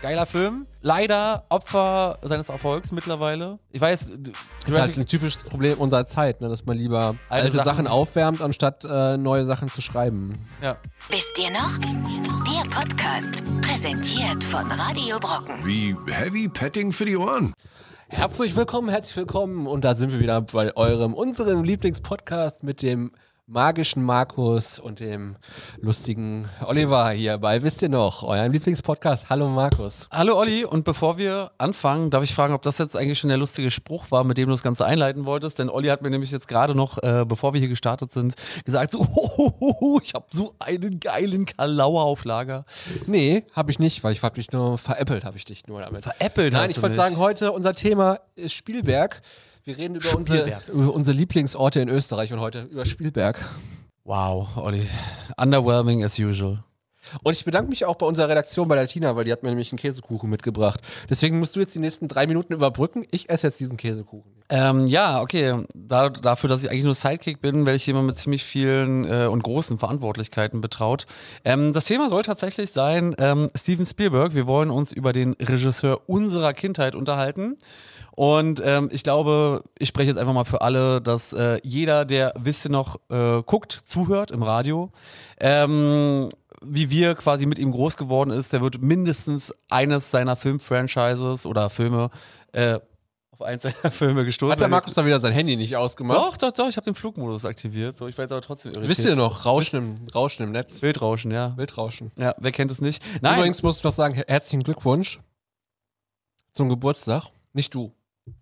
Geiler Film. Leider Opfer seines Erfolgs mittlerweile. Ich weiß, du- Das ist halt ein typisches Problem unserer Zeit, ne? dass man lieber Alte alte, Sachen- Sachen, aufwärmt, anstatt äh, neue Sachen zu schreiben. ja. Wisst ihr noch? Der Podcast, präsentiert von Radio Brocken. Wie Heavy Petting für die Ohren. Herzlich willkommen, herzlich willkommen. Und da sind wir wieder bei eurem, unserem Lieblingspodcast mit dem magischen Markus und dem lustigen Oliver hier bei Wisst ihr noch, eurem Lieblingspodcast. Hallo Markus. Hallo Olli, und bevor wir anfangen, darf ich fragen, ob das jetzt eigentlich schon der lustige Spruch war, mit dem du das Ganze einleiten wolltest? Denn Olli hat mir nämlich jetzt gerade noch, äh, bevor wir hier gestartet sind, gesagt, so, hohoho, ich habe so einen geilen Kalauer auf Lager. Nee, habe ich nicht, weil ich hab dich nur veräppelt, habe ich dich nur damit. Veräppelt hast Nein, du ich wollte mich. sagen, heute unser Thema ist Spielberg. Wir reden über, unsere, Spielberg. über unsere Lieblingsorte in Österreich und heute über Spielberg. Wow, Olli. Underwhelming as usual. Und ich bedanke mich auch bei unserer Redaktion, bei der Tina, weil die hat mir nämlich einen Käsekuchen mitgebracht. Deswegen musst du jetzt die nächsten drei Minuten überbrücken. Ich esse jetzt diesen Käsekuchen. Ähm, ja, okay. Da, dafür, dass ich eigentlich nur Sidekick bin, werde ich jemand mit ziemlich vielen äh, und großen Verantwortlichkeiten betraut. Ähm, das Thema soll tatsächlich sein ähm, Steven Spielberg. Wir wollen uns über den Regisseur unserer Kindheit unterhalten. Und ähm, ich glaube, ich spreche jetzt einfach mal für alle, dass äh, jeder, der Wisse noch äh, guckt, zuhört im Radio, ähm, wie wir quasi mit ihm groß geworden ist, der wird mindestens eines seiner Filmfranchises oder Filme äh, auf eins seiner Filme gestoßen. Hat der Markus da wieder sein Handy nicht ausgemacht? Doch, doch, doch, ich habe den Flugmodus aktiviert. So, ich weiß aber trotzdem irritiert. Wisst ihr noch, Rauschen im, Rauschen im Netz. Bildrauschen, ja. Wildrauschen. Ja, wer kennt es nicht? Nein, Übrigens muss ich noch sagen, her- herzlichen Glückwunsch zum Geburtstag. Nicht du.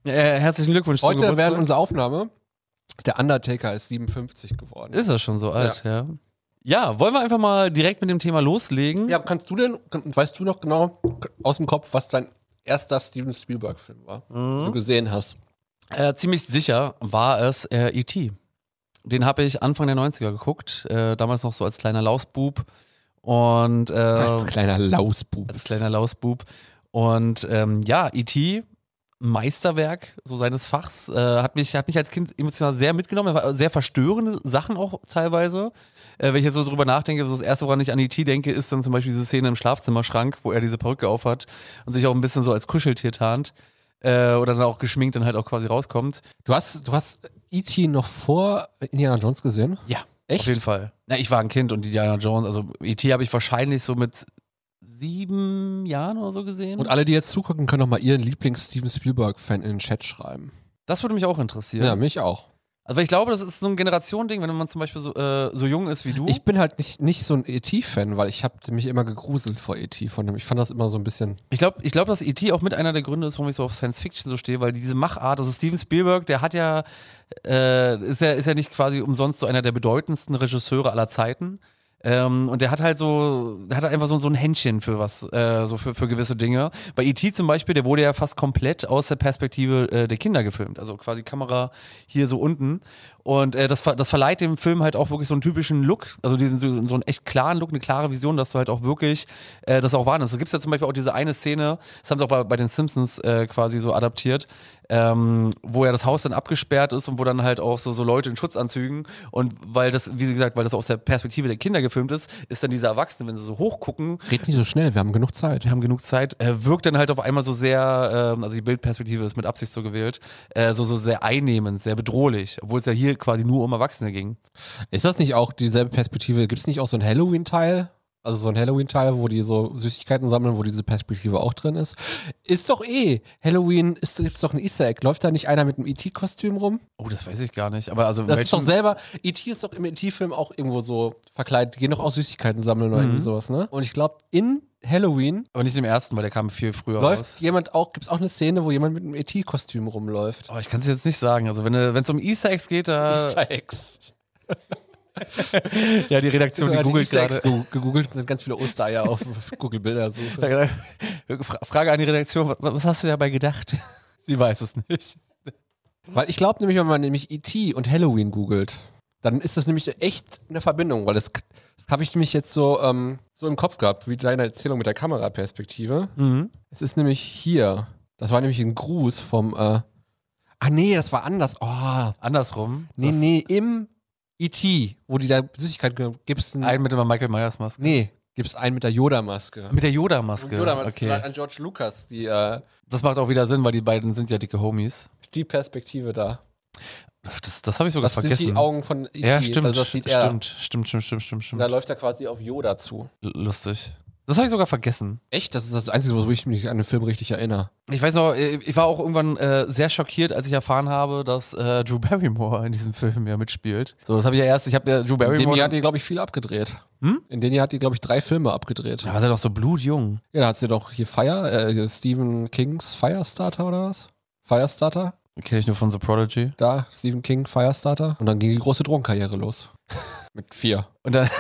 äh, herzlichen Glückwunsch zum Heute während Geburtstag. unserer Aufnahme, der Undertaker ist 57 geworden. Ist er schon so alt, ja. ja. wollen wir einfach mal direkt mit dem Thema loslegen? Ja, kannst du denn, kann- weißt du noch genau aus dem Kopf, was dein erster Steven Spielberg-Film war, den Mhm. du gesehen hast? Äh, ziemlich sicher war es äh, E.T. Den habe ich Anfang der 90er geguckt, äh, damals noch so als kleiner Lausbub. Und äh, Als kleiner Lausbub. als kleiner Lausbub. Und ähm, ja, E.T., Meisterwerk so seines Fachs, äh, hat, mich, hat mich als Kind emotional sehr mitgenommen. Er war- Sehr verstörende Sachen auch teilweise. Äh, wenn ich jetzt so drüber nachdenke, so das Erste, woran ich an E.T. denke, ist dann zum Beispiel diese Szene im Schlafzimmerschrank, wo er diese Perücke aufhat und sich auch ein bisschen so als Kuscheltier tarnt. Äh, oder dann auch geschminkt dann halt auch quasi rauskommt. Du hast, du hast E.T. noch vor Indiana Jones gesehen? Ja, Echt? auf jeden Fall. Na, ich war ein Kind und Indiana Jones, also E.T. habe ich wahrscheinlich so mit sieben Jahren oder so gesehen. Und alle, die jetzt zugucken, können noch mal ihren Lieblings-Steven Spielberg-Fan in den Chat schreiben. das würde mich auch interessieren. Ja, mich auch. Also weil ich glaube, das ist so ein Generationending, wenn man zum Beispiel so, äh, so jung ist wie du. Ich bin halt nicht, nicht so ein E.T.-Fan, weil ich habe mich immer gegruselt vor E.T. von dem. Ich fand das immer so ein bisschen. Ich glaube, ich glaub, dass E.T. auch mit einer der Gründe ist, warum ich so auf Science Fiction so stehe, weil diese Machart, also Steven Spielberg, der hat ja, äh, ist ja, ist ja nicht quasi umsonst so einer der bedeutendsten Regisseure aller Zeiten. Ähm, und der hat halt so, der hat halt einfach so, so ein Händchen für was, äh, so für, für gewisse Dinge. Bei E.T. zum Beispiel, der wurde ja fast komplett aus der Perspektive äh, der Kinder gefilmt. Also quasi Kamera hier so unten. Und äh, das, ver das verleiht dem Film halt auch wirklich so einen typischen Look, also diesen, so, so einen echt klaren Look, eine klare Vision, dass du halt auch wirklich äh, das auch wahrnimmst. Da gibt es ja zum Beispiel auch diese eine Szene, das haben sie auch bei, bei den Simpsons äh, quasi so adaptiert, ähm, wo ja das Haus dann abgesperrt ist und wo dann halt auch so, so Leute in Schutzanzügen und weil das, wie gesagt, weil das aus der Perspektive der Kinder gefilmt ist, ist dann diese Erwachsene, wenn sie so hochgucken, Red nicht so schnell, wir haben genug Zeit. wir haben genug Zeit, äh, wirkt dann halt auf einmal so sehr, ähm, also die Bildperspektive ist mit Absicht so gewählt, äh, so, so sehr einnehmend, sehr bedrohlich, obwohl es ja hier quasi nur um Erwachsene ging. Ist das nicht auch dieselbe Perspektive? Gibt es nicht auch so ein Halloween-Teil? Also so ein Halloween-Teil, wo die so Süßigkeiten sammeln, wo diese Perspektive auch drin ist. Ist doch eh. Halloween ist gibt's doch ein Easter Egg. Läuft da nicht einer mit einem E.T.-Kostüm rum? Oh, das weiß ich gar nicht, aber also Das ist doch welchen- selber, E.T. ist doch im E.T.-Film auch irgendwo so verkleidet. Die gehen doch auch Süßigkeiten sammeln oder Mhm. irgendwie sowas, ne? Und ich glaube, in Halloween aber nicht im ersten, weil der kam viel früher läuft raus. jemand auch, gibt's auch eine Szene, wo jemand mit einem E.T.-Kostüm rumläuft. Aber Oh, ich kann es jetzt nicht sagen. Also wenn es um Easter Eggs geht, da Easter Eggs. ja die Redaktion die Die googelt Easter Eggs gerade. ge- gegoogelt und sind ganz viele Ostereier auf Google-Bildersuche. Fra- Frage an die Redaktion: wa- Was hast du dabei gedacht? Sie weiß es nicht. Weil ich glaube nämlich, wenn man nämlich E.T. und Halloween googelt, dann ist das nämlich echt eine Verbindung, weil das, das habe ich nämlich jetzt so, ähm, so im Kopf gehabt, wie deine Erzählung mit der Kameraperspektive. Mhm. Es ist nämlich hier. Das war nämlich ein Gruß vom. Äh, ah, nee, das war anders. Oh, Andersrum. nee, das- nee, im E.T., wo die da Süßigkeit gibst. Einen mit immer Michael Myers Maske. Nee, Gibt es einen mit der Yoda-Maske. Mit der Yoda-Maske. Yoda-Maske okay. an George Lucas, die, äh, Das macht auch wieder Sinn, weil die beiden sind ja dicke Homies. die Perspektive da. Ach, Das, das habe ich sogar Das vergessen. sind die Augen von E.T. ja, stimmt, Also das sieht er. stimmt, stimmt, stimmt, stimmt, stimmt, Und da stimmt. läuft er quasi auf Yoda zu. Lustig. Das habe ich sogar vergessen. Echt? Das ist das Einzige, wo ich mich an den Film richtig erinnere. Ich weiß noch, äh, ich war auch irgendwann äh, sehr schockiert, als ich erfahren habe, dass äh, Drew Barrymore in diesem Film ja mitspielt. So, das habe ich ja erst, ich habe ja Drew In dem Barrymore. Jahr hat die, glaube ich, viel abgedreht. In dem Jahr hat die, glaube ich, drei Filme abgedreht. da war sie doch so blutjung. Ja, da hat sie doch hier Fire, äh, hier Stephen Kings Firestarter oder was? Firestarter? Kenne ich nur von The Prodigy. Da, Stephen King Firestarter. Und dann ging die große Drogenkarriere los. Mit vier. Und dann.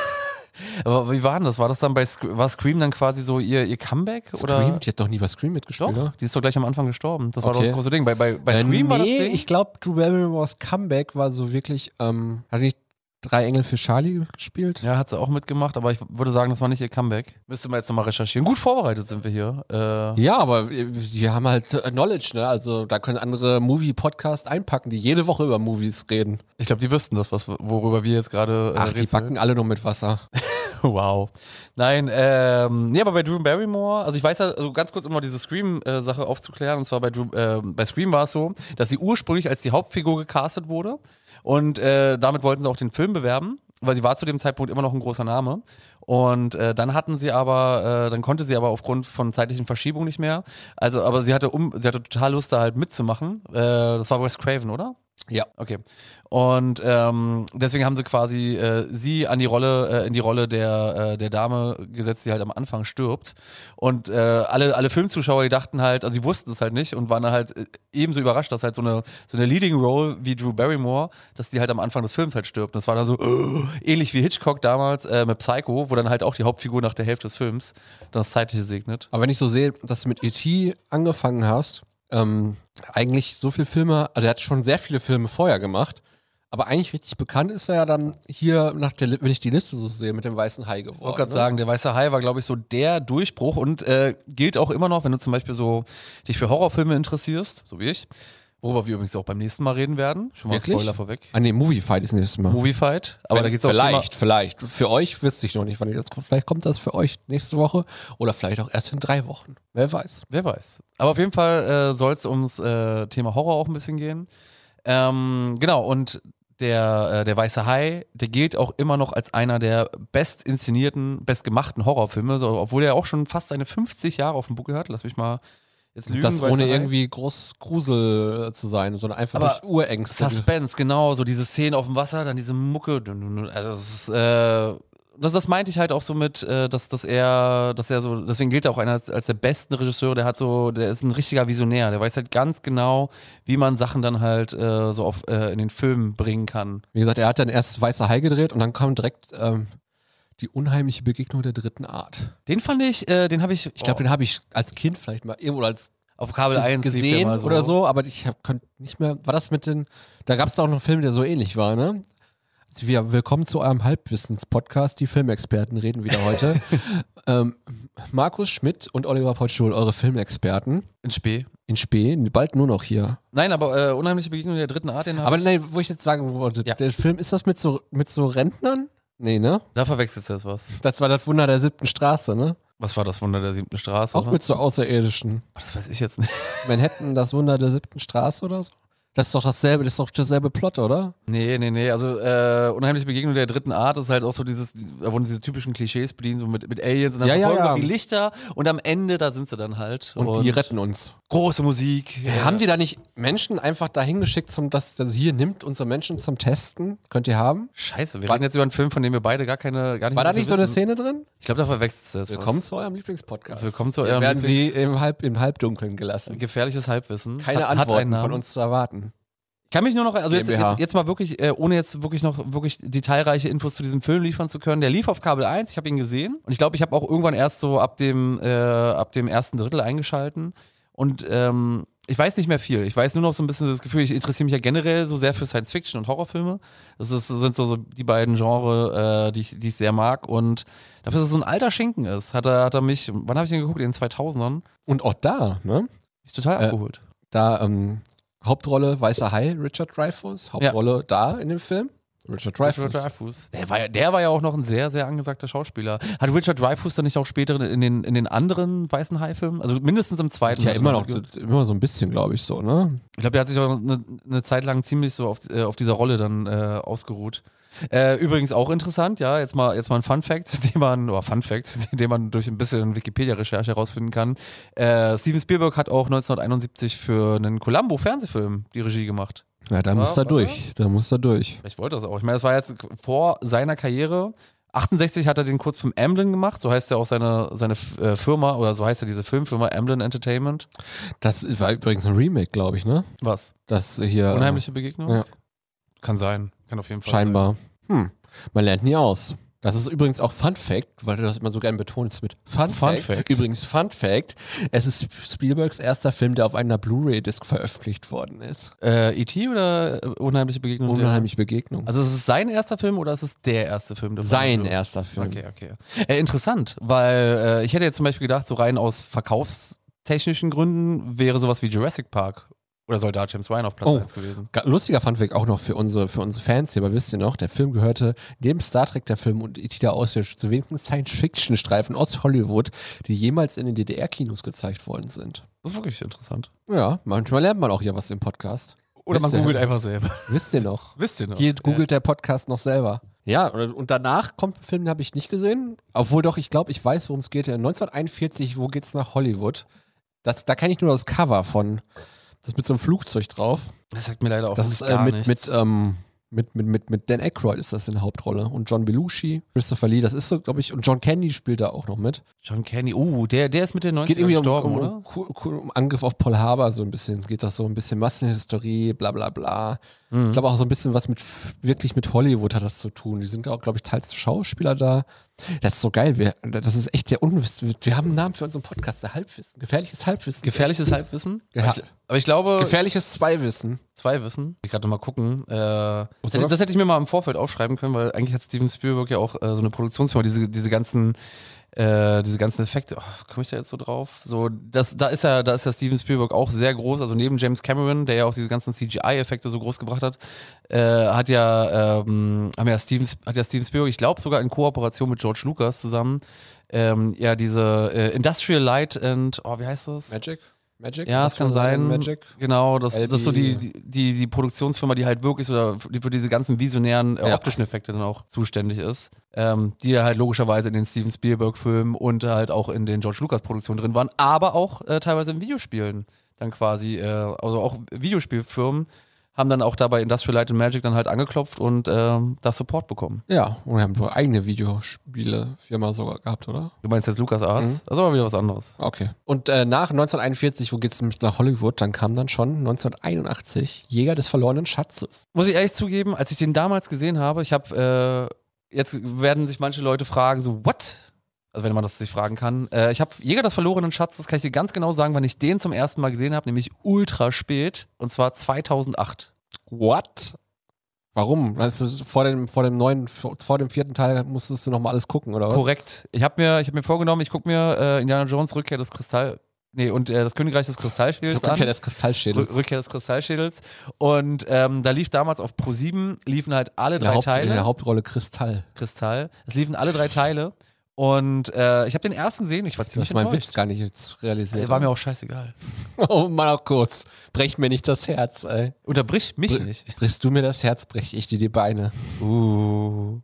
Aber wie war denn das? War das dann bei Scream, war Scream dann quasi so ihr, ihr Comeback? Oder? Scream? Die hat doch nie bei Scream mitgespielt, Doch, oder? die ist doch gleich am Anfang gestorben. Das war doch Okay. das große Ding. Bei, bei, bei Äh, Scream war das nee, Ding. ich glaube, Drew Barrymores Comeback war so wirklich, ähm, hat die nicht drei Engel für Charlie gespielt? ja, hat sie auch mitgemacht, aber ich würde sagen, das war nicht ihr Comeback. Müsste man jetzt nochmal recherchieren. Gut vorbereitet sind wir hier. Äh, Ja, aber äh, die haben halt äh, Knowledge, ne? Also da können andere Movie-Podcasts einpacken, die jede Woche über Movies reden. ich glaube, die wüssten das, was, worüber wir jetzt gerade äh, Ach, die rätseln. backen alle nur mit Wasser. Wow. Nein, ähm, nee, aber bei Drew Barrymore, also ich weiß ja, also ganz kurz, um mal diese Scream-Sache aufzuklären, und zwar bei, Drew, äh, bei Scream war es so, dass sie ursprünglich als die Hauptfigur gecastet wurde und äh, damit wollten sie auch den Film bewerben, weil sie war zu dem Zeitpunkt immer noch ein großer Name. Und äh, dann hatten sie aber, äh, dann konnte sie aber aufgrund von zeitlichen Verschiebungen nicht mehr. Also, aber sie hatte, um, sie hatte total Lust, da halt mitzumachen. Äh, das war Wes Craven, oder? Ja. Okay. Und ähm, deswegen haben sie quasi äh, sie an die Rolle, äh, in die Rolle der, äh, der Dame gesetzt, die halt am Anfang stirbt. Und äh, alle, alle Filmzuschauer, die dachten halt, also die wussten es halt nicht und waren dann halt äh, ebenso überrascht, dass halt so eine, so eine Leading Role wie Drew Barrymore, dass die halt am Anfang des Films halt stirbt. Und das war dann so äh, ähnlich wie Hitchcock damals äh, mit Psycho, wo dann halt auch die Hauptfigur nach der Hälfte des Films dann das Zeitliche segnet. Aber wenn ich so sehe, dass du mit E.T. angefangen hast, ähm, eigentlich so viele Filme, also er hat schon sehr viele Filme vorher gemacht, aber eigentlich richtig bekannt ist er ja dann hier, nach der, Li- wenn ich die Liste so sehe, mit dem weißen Hai geworden. ne? wollte gerade sagen, der Weiße Hai war, glaube ich, so der Durchbruch und äh, gilt auch immer noch, wenn du zum Beispiel so dich für Horrorfilme interessierst, so wie ich, worüber wir übrigens auch beim nächsten Mal reden werden. Schon mal Wirklich? Spoiler vorweg. Ah nee, Movie Fight ist nächstes Mal. Movie Fight, aber Wenn- da geht's auch um vielleicht, vielleicht. Für euch wüsste ich noch nicht, wann ihr das kommt. Vielleicht kommt das für euch nächste Woche oder vielleicht auch erst in drei Wochen. Wer weiß. Wer weiß. Aber auf jeden Fall äh, soll es ums äh, Thema Horror auch ein bisschen gehen. Ähm, genau, und der, äh, der Weiße Hai, der gilt auch immer noch als einer der best inszenierten, best gemachten Horrorfilme, so, obwohl er auch schon fast seine 50 Jahre auf dem Buckel hat. Lass mich mal jetzt lügen. das Weißer ohne Hai. irgendwie groß Grusel äh, zu sein, sondern einfach Aber durch Urängste. Suspense, genau, so diese Szenen auf dem Wasser, dann diese Mucke. dun, dun, dun. Also das ist, äh, das, das meinte ich halt auch so mit, äh, dass, dass er, dass er so, deswegen gilt er auch einer als, als der besten Regisseur, der hat so, der ist ein richtiger Visionär, der weiß halt ganz genau, wie man Sachen dann halt äh, so auf, äh, in den Film bringen kann. Wie gesagt, er hat dann erst Weißer Hai gedreht und dann kam direkt ähm, die unheimliche Begegnung der dritten Art. Den fand ich, äh, den habe ich, Ich glaube, oh, den habe ich als Kind vielleicht mal irgendwo als auf Kabel 1 lief der gesehen mal ne? oder so, aber ich hab, konnte nicht mehr. War das mit den. Da gab es auch noch einen Film, der so ähnlich war, ne? Also wir, willkommen zu eurem Halbwissens-Podcast. Die Filmexperten reden wieder heute. ähm, Markus Schmidt und Oliver Potschul, eure Filmexperten In Spee. in Spee, bald nur noch hier. Nein, aber äh, unheimliche Begegnung der dritten Art, den hab Aber ich, nein, wo ich jetzt sagen wollte, Ja. der Film, ist das mit so, mit so Rentnern? Nee, ne? da verwechselst du jetzt was. Das war das Wunder der siebten Straße, ne? Was war das Wunder der siebten Straße? Auch ne? mit so Außerirdischen. das weiß ich jetzt nicht. Manhattan, das Wunder der siebten Straße oder so. Das ist doch dasselbe, das ist doch derselbe Plot, oder? Nee, nee, nee. Also äh, unheimliche Begegnung der dritten Art ist halt auch so dieses, da wurden diese typischen Klischees bedient, so mit, mit Aliens und dann Ja, ja, verfolgen ja. noch die Lichter und am Ende, da sind sie dann halt. Und, die retten uns. große Musik. Ja. Haben die da nicht Menschen einfach dahin geschickt, zum, dass also hier nimmt unsere Menschen zum Testen? Könnt ihr haben? Scheiße, wir reden jetzt über einen Film, von dem wir beide gar keine, gar nicht War da viel nicht so eine wissen. Szene drin? Ich glaube, da verwechselst du es. Willkommen zu eurem Lieblingspodcast. Willkommen zu Hier eurem Werden sie im, Halb, im Halbdunkeln gelassen. Gefährliches Halbwissen. Keine Hat- hat einen Antworten Namen. von uns zu erwarten. Kann mich nur noch, also jetzt, GmbH. jetzt, jetzt mal wirklich, äh, ohne jetzt wirklich noch wirklich detailreiche Infos zu diesem Film liefern zu können, der lief auf Kabel 1, ich habe ihn gesehen und ich glaube, ich habe auch irgendwann erst so ab dem, äh, ab dem ersten Drittel eingeschalten und ähm, ich weiß nicht mehr viel. Ich weiß nur noch so ein bisschen so das Gefühl, ich interessiere mich ja generell so sehr für Science Fiction und Horrorfilme. Das, ist, das sind so, so die beiden Genre, äh, die, ich, die ich sehr mag und dafür, dass es so ein alter Schinken ist, hat er, hat er mich, wann habe ich ihn geguckt? In den 2000ern. Und auch da, ne? Mich total Äh, abgeholt. Da ähm, Hauptrolle Weißer Hai, Richard Dreyfuss. Hauptrolle da in dem Film. Richard Richard Dreyfuss. Der war, ja, der war ja auch noch ein sehr, sehr angesagter Schauspieler. Hat Richard Dreyfuss dann nicht auch später in den, in den anderen Weißen Hai-Filmen, also mindestens im zweiten? Ja, also immer noch, immer so ein bisschen, glaube ich, so, ne? Ich glaube, der hat sich auch eine, eine Zeit lang ziemlich so auf, äh, auf dieser Rolle dann äh, ausgeruht. Äh, übrigens auch interessant, ja, jetzt mal, jetzt mal ein Fun Fact, den man, oder Fun Fact, den man durch ein bisschen Wikipedia-Recherche herausfinden kann. Äh, Steven Spielberg hat auch 1971 für einen Columbo-Fernsehfilm die Regie gemacht. Ja, da muss er warte. durch. Da muss er durch. Ich wollte das auch. Ich meine, das war jetzt vor seiner Karriere. 68 hat er den Kurzfilm Amblin gemacht, so heißt ja auch seine, seine äh, Firma, oder so heißt ja diese Filmfirma Amblin Entertainment. Das war übrigens ein Remake, glaube ich, ne? Was? Das hier. äh, Unheimliche Begegnung? Ja. Kann sein. Kann auf jeden Äh, Fall scheinbar. Hm. Man lernt nie aus. Das ist übrigens auch Fun Fact, weil du das immer so gerne betonst mit Fun, Fun Fact. Fact. Übrigens Fun Fact, es ist Spielbergs erster Film, der auf einer Blu-ray-Disc veröffentlicht worden ist. sein. Äh, E.T. oder äh, Unheimliche Begegnung? Unheimliche Begegnung. Der, also ist es sein erster Film oder ist es der erste Film? der Sein Filmfirma? erster Film. Okay, okay. Äh, interessant, weil äh, ich hätte jetzt zum Beispiel gedacht, so rein aus verkaufstechnischen Gründen wäre sowas wie Jurassic Park oder Soldat James Ryan auf Platz Oh. 1 gewesen. Ga- Lustiger Funfact auch noch für unsere, für unsere Fans hier, aber wisst ihr noch, der Film gehörte neben Star Trek der Film und E.T. der Auslösch zu wenigen Science-Fiction-Streifen aus Hollywood, die jemals in den DDR-Kinos gezeigt worden sind. Das ist wirklich interessant. Ja, manchmal lernt man auch hier was im Podcast. Oder man Wisst ihr- googelt einfach selber. Wisst ihr noch? Wisst ihr noch? Hier googelt der Podcast noch selber. Ja, und und danach kommt ein Film, den habe ich nicht gesehen. Obwohl doch, ich glaube, ich weiß, worum es geht. 1941, wo geht's nach Hollywood? Das, da kenne ich nur das Cover von. Das ist mit so einem Flugzeug drauf. Das sagt mir leider auch Das ist äh, gar mit, nichts. mit, ähm, mit, mit, mit, mit Dan Aykroyd ist das in der Hauptrolle. Und John Belushi, Christopher Lee, das ist so, glaube ich, und John Candy spielt da auch noch mit. John Candy. Oh, der, der ist mit den 90ern Geht irgendwie um, gestorben, um, oder? um, Ku- Ku- um Angriff auf Paul Haber so ein bisschen. Geht das so ein bisschen Massenhistorie, bla bla bla. Mhm. Ich glaube auch so ein bisschen was mit, wirklich mit Hollywood hat das zu tun. Die sind ja auch, glaube ich, teils Schauspieler da. Das ist so geil. Wir, das ist echt der Unwissen. Wir haben einen Namen für unseren Podcast, der Halbwissen. Gefährliches Halbwissen. Gefährliches Halbwissen? Ja. Aber, ich, aber ich glaube, Gefährliches Zweiwissen. zwei Wissen. Ich gerade noch mal gucken. Äh, das, hätte, sogar- das hätte ich mir mal im Vorfeld aufschreiben können, weil eigentlich hat Steven Spielberg ja auch äh, so eine Produktionsfirma, diese, diese ganzen. Äh, diese ganzen Effekte, oh, komme ich da jetzt so drauf? So, das, da ist ja, da ist ja Steven Spielberg auch sehr groß. Also neben James Cameron, der ja auch diese ganzen CGI-Effekte so groß gebracht hat, äh, hat ja, ähm, haben ja Steven, Sp- hat ja Steven Spielberg, ich glaube sogar in Kooperation mit George Lucas zusammen, ähm, ja diese äh, Industrial Light and, oh, wie heißt das? Magic? Magic? Ja, Was es kann war sein. Magic? Genau, das, das ist so die, LB. die, die, die Produktionsfirma, die halt wirklich oder die für diese ganzen visionären äh, Ja. optischen Effekte dann auch zuständig ist. Ähm, die ja halt logischerweise in den Steven Spielberg-Filmen und halt auch in den George Lucas-Produktionen drin waren, aber auch äh, teilweise in Videospielen dann quasi. Äh, also auch Videospielfirmen haben dann auch dabei Industrial Light and Magic dann halt angeklopft und ähm, da Support bekommen. Ja, und wir haben nur eigene Videospielefirma sogar gehabt, oder? Du meinst jetzt LucasArts? Mhm. Das ist aber wieder was anderes. Okay. Und äh, nach 1941, wo geht's nämlich nach Hollywood, dann kam dann schon 1981 Jäger des verlorenen Schatzes. muss ich ehrlich zugeben, als ich den damals gesehen habe, ich habe, äh, jetzt werden sich manche Leute fragen, so, what? Also wenn man das sich fragen kann. Äh, ich habe Jäger des verlorenen Schatzes, kann ich dir ganz genau sagen, wann ich den zum ersten Mal gesehen habe, nämlich ultra spät, und zwar 2008. What? Warum? Weißt du, vor dem, vor dem neuen, vor vor dem vierten Teil musstest du nochmal alles gucken, oder was? Korrekt. Ich habe mir, ich hab mir vorgenommen, ich gucke mir äh, Indiana Jones Rückkehr des Kristall, nee, und äh, das Königreich des Kristallschädels Die Rückkehr an. des Kristallschädels. Rück- Rückkehr des Kristallschädels. Und ähm, da lief damals auf Pro7 liefen halt alle in, drei der Haupt, in Teile. der Hauptrolle Kristall. Kristall. Es liefen alle drei Teile. Und äh, ich habe den ersten gesehen, ich war Du ziemlich hast meinen Witz enttäuscht. gar nicht jetzt realisiert. Äh, War mir auch scheißegal. oh, mal auch kurz. Brech mir nicht das Herz, ey. Unterbrich mich nicht. Brichst du mir das Herz, brech ich dir die Beine. Uh.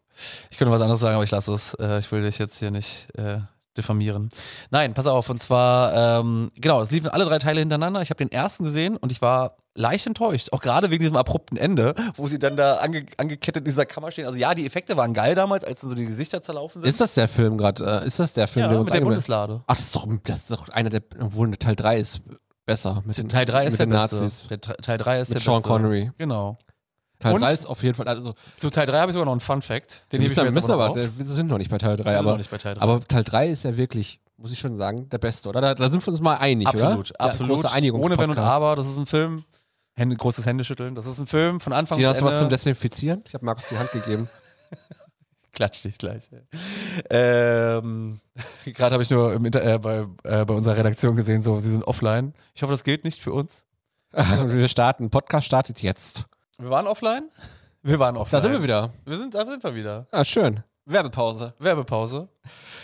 Ich könnte was anderes sagen, aber ich lasse es. Äh, ich will dich jetzt hier nicht äh, diffamieren. Nein, pass auf. Und zwar, ähm, genau, es liefen alle drei Teile hintereinander. Ich habe den ersten gesehen und ich war leicht enttäuscht. Auch gerade wegen diesem abrupten Ende, wo sie dann da ange angekettet in dieser Kammer stehen. Also ja, die Effekte waren geil damals, als dann so die Gesichter zerlaufen sind. Ist das der Film gerade? Äh, ist das der Film, ja, der uns mit der eingeblendet- Bundeslade. Ach, das ist doch, das ist doch einer der, obwohl ne, Teil 3 ist besser. Mit den, Teil 3 ist mit der den beste. Nazis. Der Te- Teil 3 ist Mit der Sean beste. Connery. Genau. Teil Und- 3 ist auf jeden Fall, also, Zu Teil 3 habe ich sogar noch einen Fun Fact. Den wir nehme ich müssen, mir jetzt müssen aber noch aber, auf. wir sind noch nicht bei Teil 3, sind aber, noch nicht bei Teil drei. aber Teil 3 ist ja wirklich, muss ich schon sagen, der beste, oder? Da, da sind wir uns mal einig, Absolut, oder? absolut. Ja, große Einigung. Ohne Wenn und Aber, das ist ein Film. Hände, großes Händeschütteln. Das ist ein Film von Anfang Hier bis hast du Ende. was zum Desinfizieren? Ich habe Markus die Hand gegeben. Klatsch dich gleich. Ähm, Gerade habe ich nur im Inter äh, bei, äh, bei unserer Redaktion gesehen, so, sie sind offline. Ich hoffe, das gilt nicht für uns. wir starten. Podcast startet jetzt. Wir waren offline? Wir waren offen. Da sind wir wieder. Wir sind, da sind wir wieder. Ah, schön. Werbepause. Werbepause.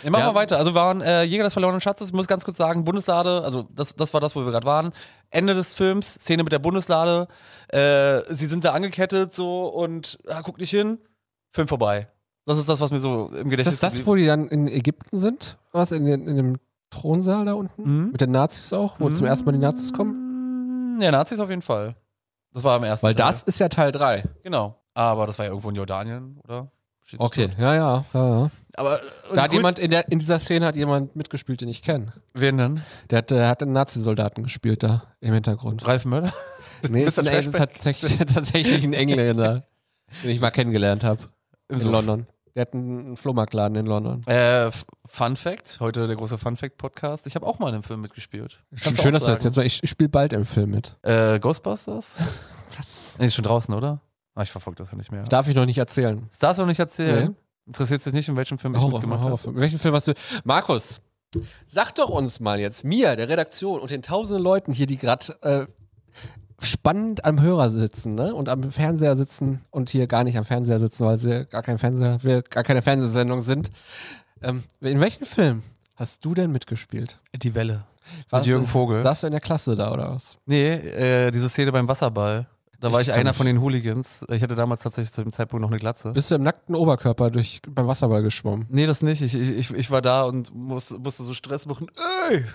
Ja, machen Ja. wir weiter. Also wir waren äh, Jäger des verlorenen Schatzes. Ich muss ganz kurz sagen, Bundeslade, also das, das war das, wo wir gerade waren. Ende des Films, Szene mit der Bundeslade. Äh, sie sind da angekettet so und ah, guck nicht hin. Film vorbei. Das ist das, was mir so im Ist Gedächtnis das das, geblieben- wo die dann in Ägypten sind? Was? In, den, in dem Thronsaal da unten? Mhm. Mit den Nazis auch? Wo zum ersten Mal die Nazis kommen? Ja, Nazis auf jeden Fall. Das war am ersten Weil Teil. das ist ja Teil 3. Genau. Aber das war ja irgendwo in Jordanien, oder? Steht nicht dort. ja, ja. ja, ja. Aber äh, und Da hat gut- jemand in, der, in dieser Szene hat jemand mitgespielt, den ich kenne. Wen denn? Der hat, äh, hat einen Nazi-Soldaten gespielt da im Hintergrund. Ralf Möller? Nee, Mr. ist ein Engl- Flashback. tatsächlich, tatsächlich ein Engländer, den ich mal kennengelernt habe. In Suff. London. Der hat einen Flohmarktladen in London. Äh, F- Fun Fact, heute der große Fun Fact Podcast. Ich habe auch mal in einem Film mitgespielt. Kannst auch Schön, dass du das sagen. jetzt mal. Ich, ich spiele bald im Film mit. Äh, Ghostbusters? Nee, ist schon draußen, oder? Ah, ich verfolge das ja nicht mehr. Darf ich noch nicht erzählen. Das darfst du noch nicht erzählen. Nee. Interessiert dich nicht, in welchem Film ich Horror, mitgemacht habe? Horrorfilm. Welchen Film hast du? Markus, sag doch uns mal jetzt, mir, der Redaktion und den tausenden Leuten hier, die gerade äh, spannend am Hörer sitzen ne? und am Fernseher sitzen und hier gar nicht am Fernseher sitzen, weil wir gar, kein Fernseher, wir gar keine Fernsehsendung sind. Ähm, in welchem Film hast du denn mitgespielt? Die Welle. Warst Jürgen du- Vogel. Saßt du in der Klasse da oder was? Nee, äh, diese Szene beim Wasserball. Da war Ich ich kann einer nicht. von den Hooligans. Ich hatte damals tatsächlich zu dem Zeitpunkt noch eine Glatze. Bist du im nackten Oberkörper durch, beim Wasserball geschwommen? Nee, das nicht. Ich, ich, ich war da und muss, musste so Stress machen. Ey!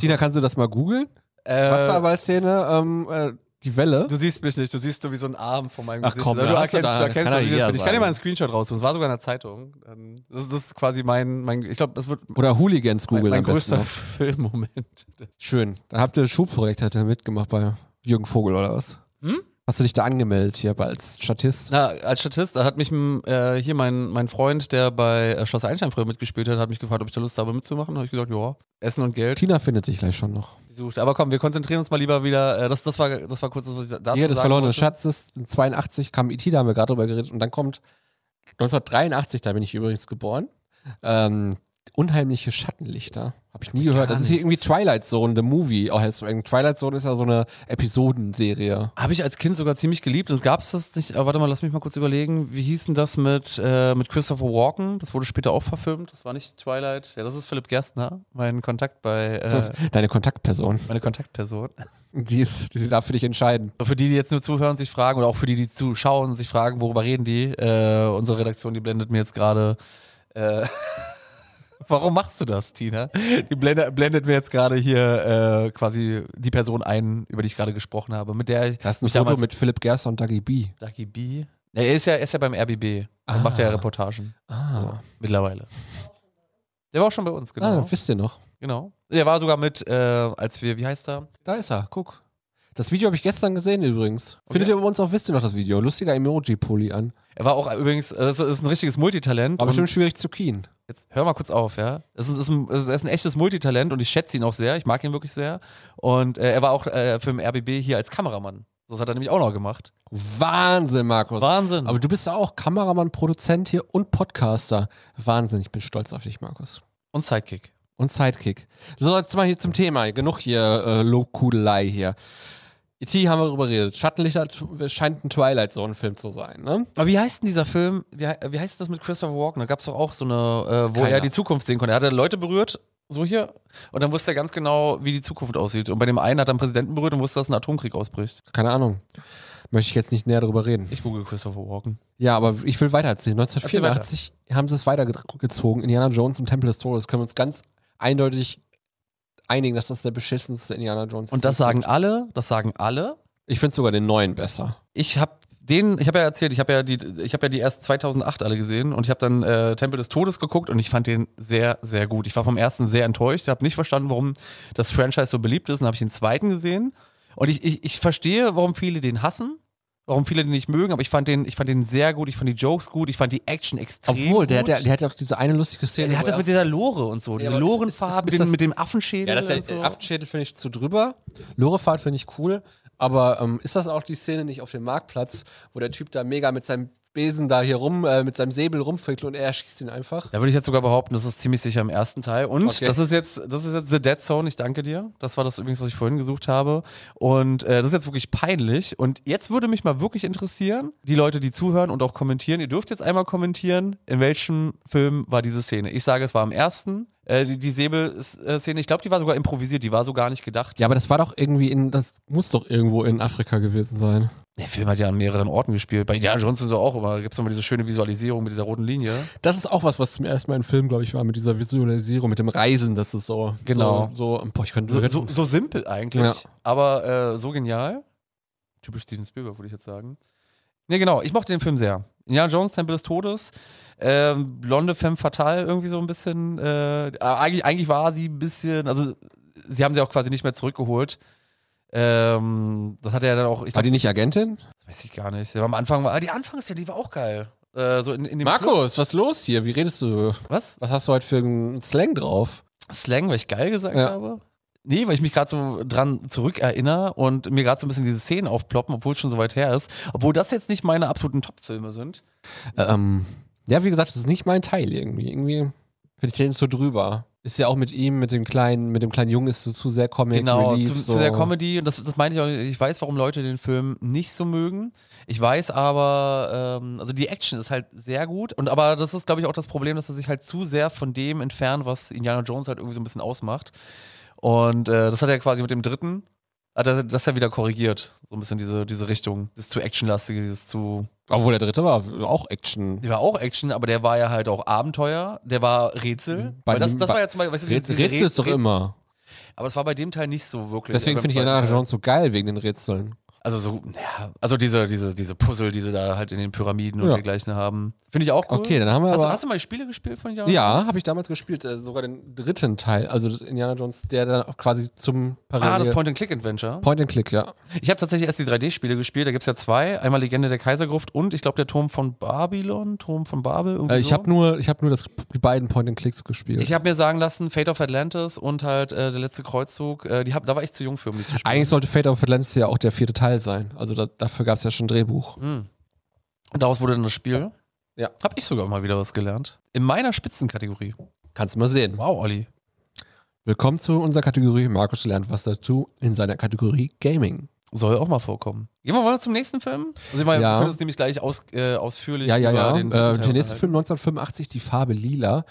Tina, kannst du das mal googeln? Äh, Wasserballszene, ähm, äh, die Welle. Du siehst mich nicht, du siehst nur wie so einen Arm von meinem Ach Gesicht. Also komm, du da hast du erkennst, da- du erkennst kann doch, ja wie das jeder bin. Ich kann dir sein. mal einen Screenshot raussuchen, es war sogar in der Zeitung. Ähm, Das, das ist quasi mein, mein ich glaube, das wird Oder Hooligans mein, googeln mein am besten. größter noch. Filmmoment. Schön. Da habt ihr das Schulprojekt hat ihr mitgemacht bei Jürgen Vogel oder was? Hm? Hast du dich da angemeldet hier bei- als Statist? Na, als Statist da hat mich m, äh, hier mein, mein Freund, der bei äh, Schloss Einstein früher mitgespielt hat, hat mich gefragt, ob ich da Lust habe mitzumachen. Da habe ich gesagt, ja, Essen und Geld Tina findet sich gleich schon noch. gesucht. Aber komm, wir konzentrieren uns mal lieber wieder. Äh, das, das, war, das war kurz das, was ich da- dazu Hier des sagen verlorenen wollte. Schatzes. In 82 kam IT, da haben wir gerade drüber geredet. Und dann kommt 1983, da bin ich übrigens geboren. Ähm, unheimliche Schattenlichter. Habe ich nie gehört. Das ist hier irgendwie nichts. Twilight Zone, the Movie. Auch heißt so. Twilight Zone ist ja so eine Episodenserie. Habe ich als Kind sogar ziemlich geliebt. Es gab es das nicht. Aber warte mal, lass mich mal kurz überlegen. Wie hieß denn das mit, äh, mit Christopher Walken? Das wurde später auch verfilmt. Das war nicht Twilight. Ja, das ist Philipp Gerstner, mein Kontakt bei, äh, Deine Kontaktperson. meine Kontaktperson. Die, ist, die darf für dich entscheiden. Für die, die jetzt nur zuhören und sich fragen, oder auch für die, die zuschauen und sich fragen, worüber reden die? Äh, unsere Redaktion, die blendet mir jetzt gerade. Äh, warum machst du das, Tina? Die blende, blendet mir jetzt gerade hier äh, quasi die Person ein, über die ich gerade gesprochen habe, mit der ich Das ist ein mich Foto damals- mit Philip Gerster und Dagi B. Ducky B. Ja, er, ist ja, er ist ja beim RBB. Ah. Und macht ja Reportagen Ah, mittlerweile. Der war auch schon bei uns, genau. ah wisst ihr noch. genau. Der war sogar mit, äh, als wir, wie heißt er? Da ist er, guck. Das Video habe ich gestern gesehen übrigens. Findet ihr bei uns auf Wisst ihr noch das Video? Lustiger Emoji-Pulli an. Er war auch übrigens, äh, das ist ein richtiges Multitalent. War und- bestimmt schwierig zu keen. jetzt hör mal kurz auf, ja. Es ist, es ist, ein, es ist ein echtes Multitalent und ich schätze ihn auch sehr. Ich mag ihn wirklich sehr. Und äh, er war auch äh, für den RBB hier als Kameramann. So, Das hat er nämlich auch noch gemacht. Wahnsinn, Markus. Wahnsinn. Aber du bist ja auch Kameramann, Produzent hier und Podcaster. Wahnsinn, ich bin stolz auf dich, Markus. und Sidekick. Und Sidekick. So, jetzt mal hier zum Thema. Genug hier äh, Lobkudelei hier. E.T. haben wir darüber geredet. Schattenlichter t- scheint ein Twilight Zone-Film zu sein, ne? Aber wie heißt denn dieser Film? Wie, hei- wie heißt das mit Christopher Walken? Da gab es doch auch so eine, äh, wo Keiner. er die Zukunft sehen konnte. Er hatte Leute berührt, so hier, und dann wusste er ganz genau, wie die Zukunft aussieht. Und bei dem einen hat er einen Präsidenten berührt und wusste, dass ein Atomkrieg ausbricht. Keine Ahnung. Möchte ich jetzt nicht näher darüber reden. Ich google Christopher Walken. Ja, aber ich will weiterziehen. 1984 haben sie es weitergezogen. Indiana Jones und Tempel des Todes können wir uns ganz eindeutig einigen, dass das der beschissenste Indiana Jones ist. Und das sagen alle, das sagen alle. Ich finde sogar den neuen besser. ich habe den, ich habe ja erzählt, ich habe ja die, ich habe ja die erst 2008 alle gesehen und ich habe dann äh, Tempel des Todes geguckt und ich fand den sehr, sehr gut. Ich war vom ersten sehr enttäuscht, habe nicht verstanden, warum das Franchise so beliebt ist, und habe ich den zweiten gesehen und ich, ich, ich verstehe, warum viele den hassen, warum viele den nicht mögen, aber ich fand den, ich fand den sehr gut, ich fand die Jokes gut, ich fand die Action extrem Obwohl, gut. der, der, der hat ja auch diese eine lustige Szene. Der hat wo das er- mit dieser Lore und so, diese aber ist- ist- ist Lorenfarben mit, das- dem- mit dem Affenschädel ja, das und ist so. ja, der Affenschädel finde ich zu drüber. Lorefahrt finde ich cool. Aber ähm, ist das auch die Szene nicht auf dem Marktplatz, wo der Typ da mega mit seinem Besen da hier rum äh, mit seinem Säbel rumfickelt und er erschießt ihn einfach. Da würde ich jetzt sogar behaupten, das ist ziemlich sicher im ersten Teil. Und Okay. das ist jetzt, das ist jetzt The Dead Zone, ich danke dir. Das war das übrigens, was ich vorhin gesucht habe. Und äh, das ist jetzt wirklich peinlich. Und jetzt würde mich mal wirklich interessieren, die Leute, die zuhören und auch kommentieren, ihr dürft jetzt einmal kommentieren, in welchem Film war diese Szene. Ich sage, es war im ersten. Äh, die die Säbel-Szene, ich glaube, die war sogar improvisiert, die war so gar nicht gedacht. Ja, aber das war doch irgendwie in, das muss doch irgendwo in Afrika gewesen sein. Der Film hat ja an mehreren Orten gespielt. Bei Indiana Jones ist er auch immer, gibt es immer diese schöne Visualisierung mit dieser roten Linie. Das ist auch was, was zum ersten Mal im Film, glaube ich, war, mit dieser Visualisierung, mit dem Reisen, das ist so. Genau. So, so boah, ich könnte So, so, so simpel eigentlich, Ja. aber äh, so genial. Typisch Steven Spielberg, würde ich jetzt sagen. Ne, genau, ich mochte den Film sehr. Indiana Jones, Tempel des Todes, ähm, blonde Femme Fatale, irgendwie so ein bisschen. Äh, eigentlich, eigentlich war sie ein bisschen, also sie haben sie auch quasi nicht mehr zurückgeholt. Ähm, das hat er dann auch, ich War glaub, die nicht Agentin? das weiß ich gar nicht. Am Anfang war, ah, die Anfangsszene, die war auch geil. Äh, so in, in dem Club. Markus, was ist los hier? Wie redest du? Was? Was hast du heute für einen Slang drauf? Slang, weil ich geil gesagt Ja. habe? Nee, weil ich mich gerade so dran zurückerinnere und mir gerade so ein bisschen diese Szenen aufploppen, obwohl es schon so weit her ist. Obwohl das jetzt nicht meine absoluten Top-Filme sind. Ähm, ja, wie gesagt, das ist nicht mein Teil irgendwie. Irgendwie finde ich den so drüber. Ist ja auch mit ihm, mit dem kleinen, mit dem kleinen Jungen ist so zu sehr Comic genau, Relief. zu, so. zu der Comedy. Und das, das meine ich auch. Ich weiß, warum Leute den Film nicht so mögen. Ich weiß aber, ähm, also die Action ist halt sehr gut. Und aber das ist, glaube ich, auch das Problem, dass er sich halt zu sehr von dem entfernt, was Indiana Jones halt irgendwie so ein bisschen ausmacht. Und äh, das hat er quasi mit dem dritten, hat er das ja wieder korrigiert. So ein bisschen diese, diese Richtung. Das zu actionlastige, dieses zu. Obwohl der dritte war auch Action. Der war auch Action, aber der war ja halt auch Abenteuer, der war Rätsel. Mhm. Bei Weil das, dem- das bei- war ja zum Beispiel, weißt du, diese- Rätsel, diese Rätsel ist doch Rätsel- immer. Aber es war bei dem Teil nicht so wirklich. Deswegen Aber beim finde ich zweiten Indiana Teil- Jones so geil wegen den Rätseln. Also so, ja, also diese, diese, diese Puzzle, die sie da halt in den Pyramiden und Ja. dergleichen haben. Finde ich auch cool. Also Okay, dann haben wir hast, du, aber. hast du mal die Spiele gespielt von Ah, Indiana ja, habe ich damals gespielt, äh, sogar den dritten Teil, also Indiana Jones, der dann auch quasi zum Parallel Ah, das Point-and-Click-Adventure. Point and Click, ja. Äh, Ich habe tatsächlich erst die 3D-Spiele gespielt, da gibt es ja zwei. Einmal Legende der Kaisergruft und ich glaube der Turm von Babylon, Turm von Babel. irgendwie Äh, ich so. habe nur, ich habe nur das, die beiden Point and Clicks gespielt. ich habe mir sagen lassen, Fate of Atlantis und halt äh, der letzte Kreuzzug, äh, die hab, da war ich zu jung für, um die zu spielen. Eigentlich sollte Fate of Atlantis ja auch der vierte Teil sein. Also da, dafür gab es ja schon ein Drehbuch. Mhm. Und daraus wurde dann das Spiel. Ja. Habe ich sogar mal wieder was gelernt. In meiner Spitzenkategorie. Kannst du mal sehen. Wow, Olli. Willkommen zu unserer Kategorie. Markus lernt was dazu in seiner Kategorie Gaming. Soll auch mal vorkommen. Gehen wir mal zum nächsten Film? Also ich meine, Ja. wir können uns nämlich gleich aus, äh, ausführlich Ja, ja, über ja. den dritten äh, Teil der nächste unterhalten. Film 1985, Die Farbe Lila,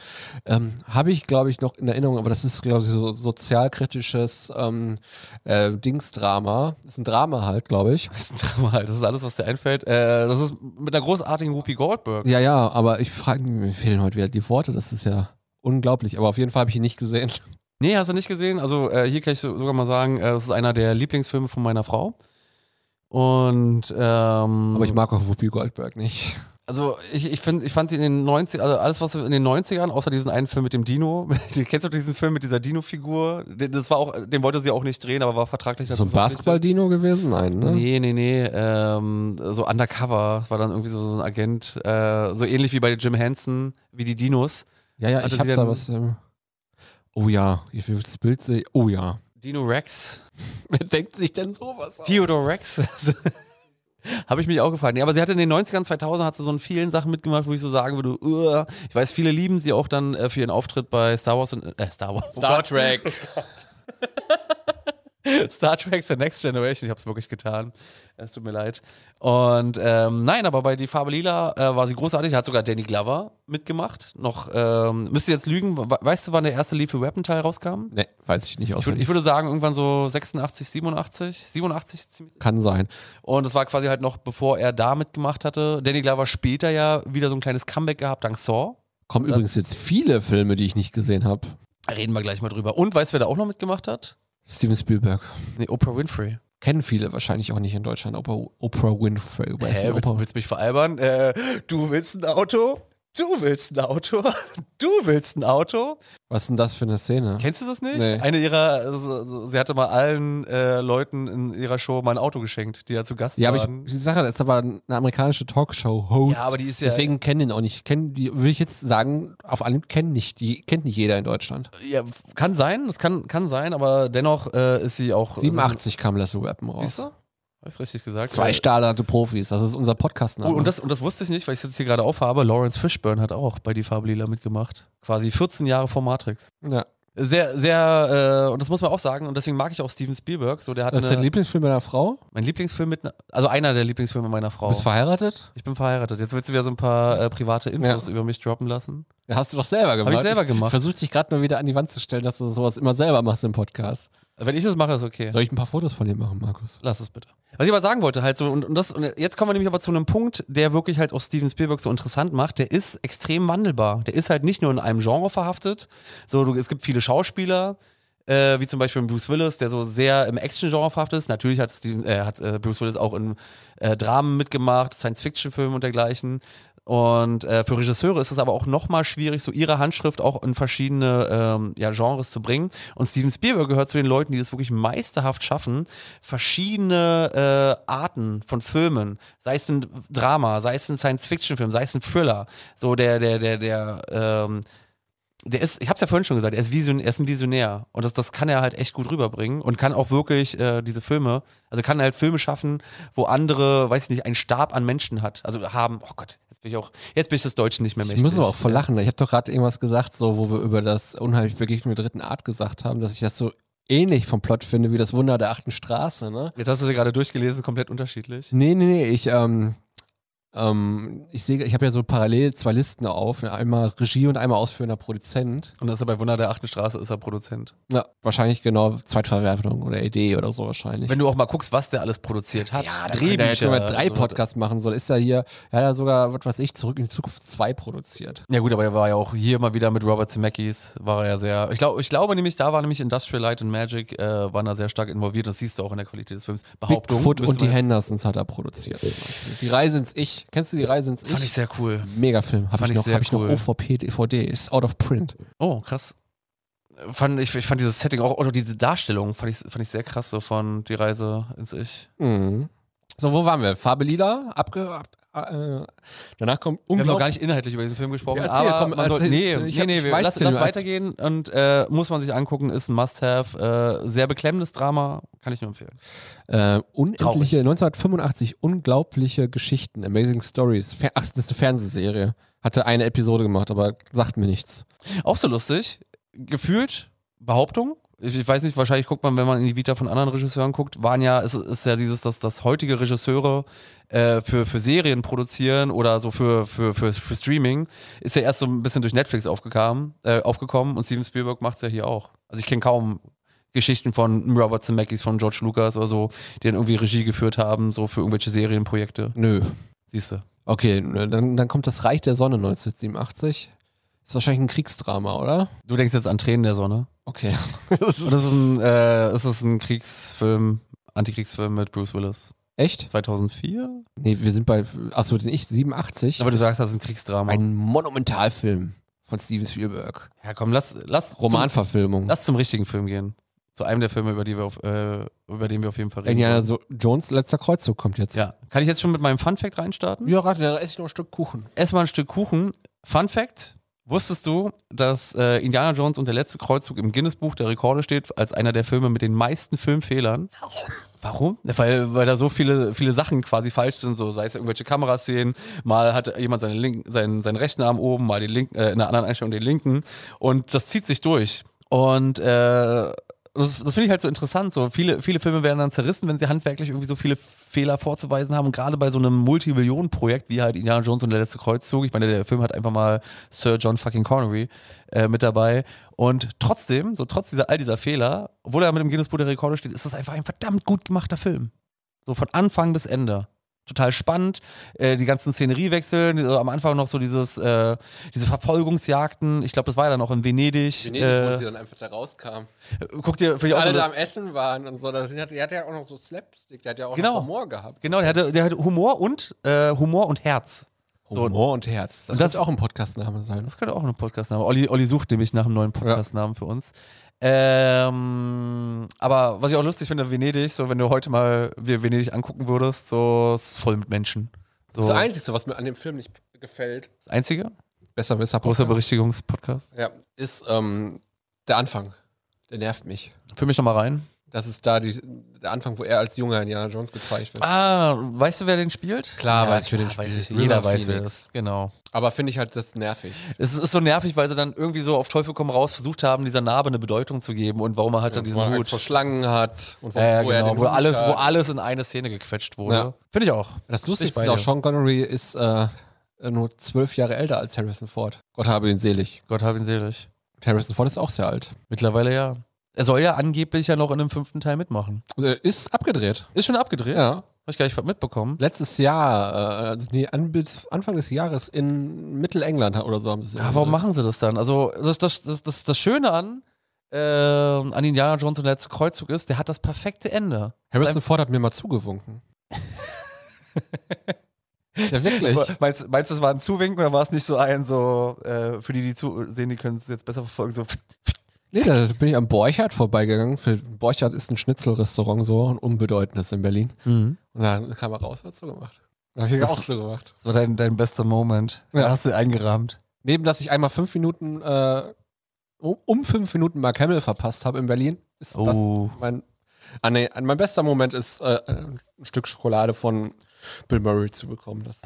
ähm, habe ich, glaube ich, noch in Erinnerung, aber das ist, glaube ich, so sozialkritisches ähm, äh, Dingsdrama. Ist ein Drama halt, glaube ich. Das ist ein Drama halt. Das ist alles, was dir einfällt. Äh, das ist mit einer großartigen Whoopi Goldberg. Ja, ja, aber ich frage mich, mir fehlen heute wieder die Worte. Das ist ja unglaublich. Aber auf jeden Fall habe ich ihn nicht gesehen. Nee, hast du nicht gesehen? Also äh, hier kann ich so- sogar mal sagen, äh, das ist einer der Lieblingsfilme von meiner Frau. Und ähm, Aber ich mag auch Whoopi Goldberg nicht. also ich, ich, find, ich fand sie in den 90 also alles was in den 90ern, außer diesen einen Film mit dem Dino, kennst du diesen Film mit dieser Dino-Figur? Den- Das war auch, den wollte sie auch nicht drehen, aber war vertraglich So ein verpflichtet. Basketball-Dino gewesen? Nein, ne? Nee, nee, nee. Ähm, so undercover war dann irgendwie so, so ein Agent. Äh, so ähnlich wie bei Jim Henson, wie die Dinos. Ja, ja, Hatte ich sie habe denn- da was. Ähm, oh ja, ich will das Bild sehen. Oh ja. Dino Rex. Wer denkt sich denn sowas aus? Theodore Rex. Also, Habe ich mich auch gefragt. Nee, aber sie hatte in den 90ern, 2000 hat sie so in vielen Sachen mitgemacht, wo ich so sagen würde, uah. ich weiß, viele lieben sie auch dann äh, für ihren Auftritt bei Star Wars und äh, Star Wars. Star Trek. Star Trek The Next Generation. Ich habe es wirklich getan. Es tut mir leid. Und ähm, nein, aber bei Die Farbe Lila äh, war sie großartig. Da hat sogar Danny Glover mitgemacht. Noch, ähm, müsst ihr jetzt lügen, we- weißt du, wann der erste Lethal Weapon Teil rauskam? Nee, weiß ich Ich, nicht würd, auswendig. ich würde sagen, irgendwann so 86, 87, 87 ziemlich. Kann sein. Und das war quasi halt noch, bevor er da mitgemacht hatte. Danny Glover später ja wieder so ein kleines Comeback gehabt, dank Saw. Kommen übrigens jetzt viele Filme, die ich nicht gesehen habe. Reden wir gleich mal drüber. Und weißt du, wer da auch noch mitgemacht hat? Steven Spielberg. Nee, Oprah Winfrey. Kennen viele wahrscheinlich auch nicht in Deutschland. Oprah, Oprah Winfrey. Weißt Hä, du, willst, Oprah- willst du mich veralbern? Äh, du willst ein Auto? Du willst ein Auto? Du willst ein Auto? Was ist denn das für eine Szene? Kennst du das nicht? Nee. Eine ihrer, also, sie hatte mal allen äh, Leuten in ihrer Show mal ein Auto geschenkt, die ja zu Gast ja, aber waren. ich, die Sache das ist aber eine amerikanische Talkshow-Host. Ja, aber die ist ja- Deswegen kennen den auch nicht. Kennen die, würde ich jetzt sagen, auf Anhieb kennen nicht. Die kennt nicht jeder in Deutschland. ja, kann sein, das kann, kann sein, aber dennoch äh, ist sie auch. 87 kam Lasso Weapon raus. Siehst du? Habe ich richtig gesagt? Zwei Weil- stahlharte Profis, das ist unser Podcast-Name. Oh, und, das, und das wusste ich nicht, weil ich es jetzt hier gerade aufhabe. Lawrence Fishburne hat auch bei Die Farbe Lila mitgemacht. Quasi 14 Jahre vor Matrix. ja. Sehr, sehr, äh, und das muss man auch sagen, und deswegen mag ich auch Steven Spielberg. So, der hat das ist eine, dein Lieblingsfilm deiner Frau? mein Lieblingsfilm mit, einer- also einer der Lieblingsfilme meiner Frau. Bist verheiratet? Ich bin verheiratet. Jetzt willst du wieder so ein paar äh, private Infos über mich droppen lassen. Ja, hast du doch selber gemacht. ich selber gemacht. Versuch dich gerade nur wieder an die Wand zu stellen, dass du sowas immer selber machst im Podcast. Wenn ich das mache, ist okay. Soll ich ein paar Fotos von dir machen, Markus? Lass es bitte. Was ich aber sagen wollte, halt so, und, und, das, und jetzt kommen wir nämlich aber zu einem Punkt, der wirklich halt auch Steven Spielberg so interessant macht. Der ist extrem wandelbar. Der ist halt nicht nur in einem Genre verhaftet. So, du, es gibt viele Schauspieler, äh, wie zum Beispiel Bruce Willis, der so sehr im Action-Genre verhaftet ist. Natürlich hat, Steven, äh, hat äh, Bruce Willis auch in äh, Dramen mitgemacht, Science-Fiction-Filmen und dergleichen. Und äh, für Regisseure ist es aber auch nochmal schwierig, so ihre Handschrift auch in verschiedene ähm, ja, Genres zu bringen. Und Steven Spielberg gehört zu den Leuten, die das wirklich meisterhaft schaffen, verschiedene äh, Arten von Filmen, sei es ein Drama, sei es ein Science-Fiction-Film, sei es ein Thriller, so der, der, der, der, ähm, der ist, ich hab's ja vorhin schon gesagt, er ist, Vision, er ist ein Visionär und das, das kann er halt echt gut rüberbringen und kann auch wirklich äh, diese Filme, also kann halt Filme schaffen, wo andere, weiß ich nicht, einen Stab an Menschen hat, also haben, oh Gott, jetzt bin ich auch, jetzt bin ich das Deutsche nicht mehr Ich mächtig. muss aber auch voll lachen. Ich habe doch gerade irgendwas gesagt, so, wo wir über das unheimlich Begegnung der dritten Art gesagt haben, dass ich das so ähnlich vom Plot finde wie das Wunder der achten Straße, ne? Jetzt hast du sie gerade durchgelesen, komplett unterschiedlich. Nee, nee, nee, ich, ähm, ähm, ich sehe, ich habe ja so parallel zwei Listen auf, ne? einmal Regie und einmal ausführender Produzent. Und das ist er bei Wunder der achten Straße, ist er Produzent. Ja, wahrscheinlich genau Zweitverwertung oder Idee oder so wahrscheinlich. Wenn du auch mal guckst, was der alles produziert hat. ja, Drehbücher. Hätte er ja drei Podcasts machen soll, ist ja hier, er hat ja sogar, was weiß ich, zurück in die Zukunft 2 produziert. Ja gut, aber er war ja auch hier mal wieder mit Robert Zemeckis, war er ja sehr, ich, glaub, ich glaube nämlich, da war nämlich Industrial Light and Magic, äh, waren da sehr stark involviert, das siehst du auch in der Qualität des Films. Behauptung. Bigfoot müsste und die man jetzt- Hendersons hat er produziert. zum Beispiel. Die Reise ins Ich. Kennst du die Reise ins Ich? Fand ich sehr cool. Megafilm. Habe Fand ich, ich noch, sehr hab ich noch cool. OVP, DVD. Ist out of print. Oh, krass. Fand, ich, ich fand dieses Setting auch, oder diese Darstellung fand ich, fand ich sehr krass, so von Die Reise ins Ich. Mhm. So, wo waren wir? Farbe Lila, abge... Ab, äh, danach Wir haben noch kommt unglaublich... gar nicht inhaltlich über diesen Film gesprochen, Ja, erzähl, aber komm, man soll, erzähl, nee, erzähl. Ich nee, hab- nee, ich wir- weiß, lass, den du lass hast. weitergehen und äh, muss man sich angucken, ist ein Must-Have, äh, sehr beklemmendes Drama, kann ich nur empfehlen. Äh, unendliche, Traurig. 1985, unglaubliche Geschichten, Amazing Stories. Fer Ach, das ist eine Fernsehserie. Hatte eine Episode gemacht, aber sagt mir nichts. Auch so lustig, gefühlt, Behauptung, ich, ich weiß nicht, wahrscheinlich guckt man, wenn man in die Vita von anderen Regisseuren guckt, waren ja, es ist ja dieses, dass, dass heutige Regisseure äh, für, für Serien produzieren oder so für, für, für, für Streaming, ist ja erst so ein bisschen durch Netflix aufgekommen, äh, aufgekommen und Steven Spielberg macht es ja hier auch. Also ich kenne kaum Geschichten von Robert Zemeckis, von George Lucas oder so, die dann irgendwie Regie geführt haben, so für irgendwelche Serienprojekte. Nö. Siehst du. Okay, nö, dann, dann kommt das Reich der Sonne 1987. Ist wahrscheinlich ein Kriegsdrama, oder? Du denkst jetzt an Tränen der Sonne. Okay. Und das ist ein, äh, es ist ein Kriegsfilm, Antikriegsfilm mit Bruce Willis. Echt? 2004? Nee, wir sind bei, achso, den ich, 87. Aber du sagst, halt, das ist ein Kriegsdrama. Ein Monumentalfilm von Steven Spielberg. ja, komm, lass, lass, Romanverfilmung. zum, lass zum richtigen Film gehen. Zu einem der Filme, über, die wir auf, äh, über den wir auf jeden Fall reden. Indiana wollen. so Jones letzter Kreuzzug kommt jetzt. ja. Kann ich jetzt schon mit meinem Fun-Fact reinstarten? Ja, rate, dann esse ich noch ein Stück Kuchen. Erstmal ein Stück Kuchen. Fun-Fact: Wusstest du, dass äh, Indiana Jones und der letzte Kreuzzug im Guinness-Buch der Rekorde steht, als einer der Filme mit den meisten Filmfehlern? Warum? Weil, weil da so viele, viele Sachen quasi falsch sind, so sei es irgendwelche Kameraszenen, mal hat jemand seinen, linken, seinen, seinen rechten Arm oben, mal den linken, äh, in einer anderen Einstellung den linken und das zieht sich durch. Und äh, das, das finde ich halt so interessant, so viele, viele Filme werden dann zerrissen, wenn sie handwerklich irgendwie so viele Fehler vorzuweisen haben und gerade bei so einem Multimillionenprojekt wie halt Indiana Jones und der letzte Kreuzzug, ich meine, der Film hat einfach mal Sir John fucking Connery äh, mit dabei und trotzdem, so trotz dieser, all dieser Fehler, obwohl er mit dem Guinness Buch der Rekorde steht, ist das einfach ein verdammt gut gemachter Film. So von Anfang bis Ende. Total spannend, äh, die ganzen Szeneriewechsel, die- also am Anfang noch so dieses, äh, diese Verfolgungsjagden, ich glaube, das war ja dann auch in Venedig. äh, dann einfach da rauskam. guck dir, finde ich auch so eine- Essen waren und so. Der hat, ja auch noch so Slapstick, der hat ja auch Genau. gehabt. Genau, der hatte, der hatte Humor und äh, Humor und Herz. So, Humor und Herz. Das, Und das- muss auch ein Podcastname sein. das könnte auch ein Podcastname. Olli, Olli sucht nämlich nach einem neuen Podcastnamen für uns. Ähm, aber was ich auch lustig finde, Venedig, so wenn du heute mal wir Venedig angucken würdest, so ist voll mit Menschen. So, Das ist das Einzige, was mir an dem Film nicht gefällt. das einzige Besser, besser, großer Berichtigungspodcast. Ja, ist ähm, der Anfang. Der nervt mich. Fühl mich nochmal rein. Das ist da die, der Anfang, wo er als junger Indiana Jones gezeigt wird. Ah, weißt du, wer den spielt? Klar weiß ich, wer den weiß ich. spielt. Jeder River weiß, wer Phoenix. das Genau. Aber finde ich halt das nervig. Es ist so nervig, weil sie dann irgendwie so auf Teufel komm raus versucht haben, dieser Narbe eine Bedeutung zu geben und warum er halt dann wo er diesen Angst vor Hut. Schlangen hat und wo, Ja, ja, wo er genau, den wo Hut alles, wo hat. alles in eine Szene gequetscht wurde. Ja. Finde ich auch. Das Lustigste Bin ist ich bei auch, dir. Sean Connery ist äh, nur zwölf Jahre älter als Harrison Ford. Gott habe ihn selig. Gott hab ihn selig. Harrison Ford ist auch sehr alt. Mittlerweile ja. Er soll ja angeblich ja noch in dem fünften Teil mitmachen. Und er ist abgedreht. Ist schon abgedreht. Hab Ja. ich gar nicht mitbekommen. Letztes Jahr, äh, also nee, Anbild- Anfang des Jahres in Mittelengland oder so haben sie es Ja, warum irgendwie- machen sie das dann? Also, das, das, das, das, das Schöne an, ähm, an Indiana Jones und der letzte Kreuzzug ist, der hat das perfekte Ende. Harrison Ford hat mir mal zugewunken. ja, wirklich. Aber Meinst, meinst du, das war ein Zuwinken oder war es nicht so ein, so, äh, für die, die zusehen, die können es jetzt besser verfolgen, so, Nee, da bin ich am Borchardt vorbeigegangen. Für Borchardt ist ein Schnitzelrestaurant so, ein unbedeutendes in Berlin. Mhm. Und dann kam er raus und hat so gemacht. Das habe ich Das- auch so gemacht. das war dein, dein bester Moment. Da Ja. hast du eingerahmt. Neben, dass ich einmal fünf Minuten, äh, um, um fünf Minuten Mark Hamill verpasst habe in Berlin, ist Oh. das mein, ah, nee, mein bester Moment ist, äh, ein Stück Schokolade von Bill Murray zu bekommen. Das.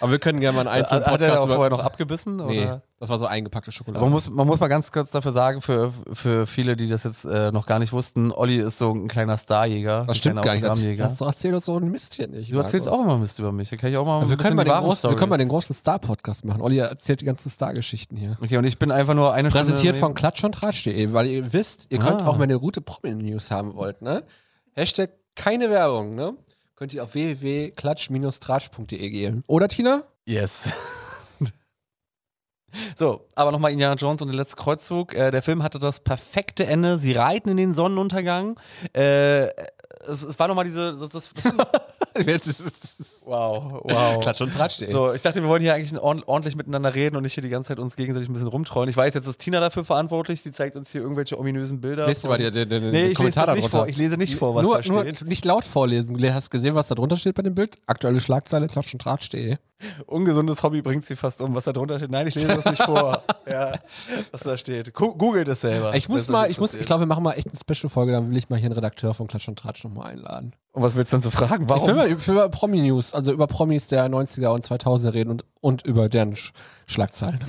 Aber wir können gerne mal einen einzelnen Hat, hat er Podcast da über- vorher noch abgebissen? Nee, Oder? das war so eingepackte Aber Schokolade. Man muss, man muss mal ganz kurz dafür sagen, für, für viele, die das jetzt äh, noch gar nicht wussten, Olli ist so ein kleiner Starjäger. das ein stimmt kleiner gar nicht. Das, Autogrammjäger. das erzähl doch so ein Mist hier nicht. Du erzählst Markus. auch immer Mist über mich. Da kann ich auch Also mal ein Also Wir können, bisschen mal die den wahren großen, wir können mal den Storys. großen Star-Podcast machen. Olli erzählt die ganzen Star-Geschichten hier. Okay, und ich bin einfach nur eine Präsentiert von Stunde klatsch und tratsch.de, weil ihr wisst, ihr könnt Äh, Ah. auch mal eine gute Promi-News haben wollt, ne? Hashtag keine Werbung, ne? Könnt ihr auf www.klatsch-tratsch.de gehen. Oder Tina? Yes. So, aber nochmal Indiana Jones und der letzte Kreuzzug. Äh, der Film hatte das perfekte Ende. Sie reiten in den Sonnenuntergang. Äh, es, es war nochmal diese. Das, das, das, wow, wow. Klatsch und tratsch.de. So, ich dachte, wir wollen hier eigentlich ordn- ordentlich miteinander reden und nicht hier die ganze Zeit uns gegenseitig ein bisschen rumtrollen. Ich weiß, jetzt ist Tina dafür verantwortlich. Sie zeigt uns hier irgendwelche ominösen Bilder. Lest dir mal von- den, den, den Nee, ich lese Kommentar das nicht darunter. vor. Ich lese nicht vor, was nur, da nur steht. nicht laut vorlesen. Du hast gesehen, was da drunter steht bei dem Bild? Aktuelle Schlagzeile, klatsch und tratsch.de. Ungesundes Hobby bringt sie fast um. Was da drunter steht, nein, ich lese das nicht vor. ja, was da steht. Gu- Googelt es selber. Ich Wenn's muss euch mal, ich muss, ich interessiert. glaube, wir machen mal echt eine Special-Folge, dann will ich mal hier einen Redakteur von Klatsch und Tratsch nochmal einladen. Und was willst du denn so fragen? Ich will Warum? mal über- für über Promi-News, also über Promis der 90er und 2000er reden und, und über deren Sch Schlagzeilen.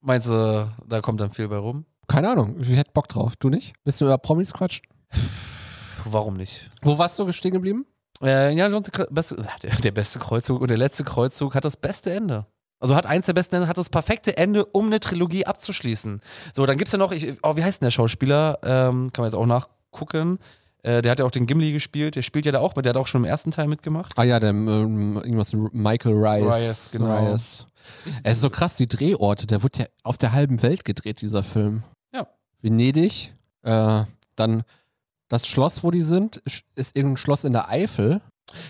Meinst du, da kommt dann viel bei rum? Keine Ahnung, ich hätte Bock drauf. Du nicht? Willst du über Promis quatschen? Puh, warum nicht? Wo warst du stehen geblieben? Äh, ja, Johnson, beste, der, der beste Kreuzzug und der letzte Kreuzzug hat das beste Ende. Also hat eins der besten Ende, hat das perfekte Ende, um eine Trilogie abzuschließen. So, dann gibt's ja noch, ich, oh, wie heißt denn der Schauspieler? Ähm, kann man jetzt auch nachgucken. Äh, der hat ja auch den Gimli gespielt, der spielt ja da auch mit, der hat auch schon im ersten Teil mitgemacht. Ah ja, der ähm, irgendwas R- Michael Rice. Rice, genau. Rice. Es ist so krass, die Drehorte, der wurde ja auf der halben Welt gedreht, dieser Film. Ja. Venedig, äh, dann das Schloss, wo die sind, ist ist irgendein Schloss in der Eifel.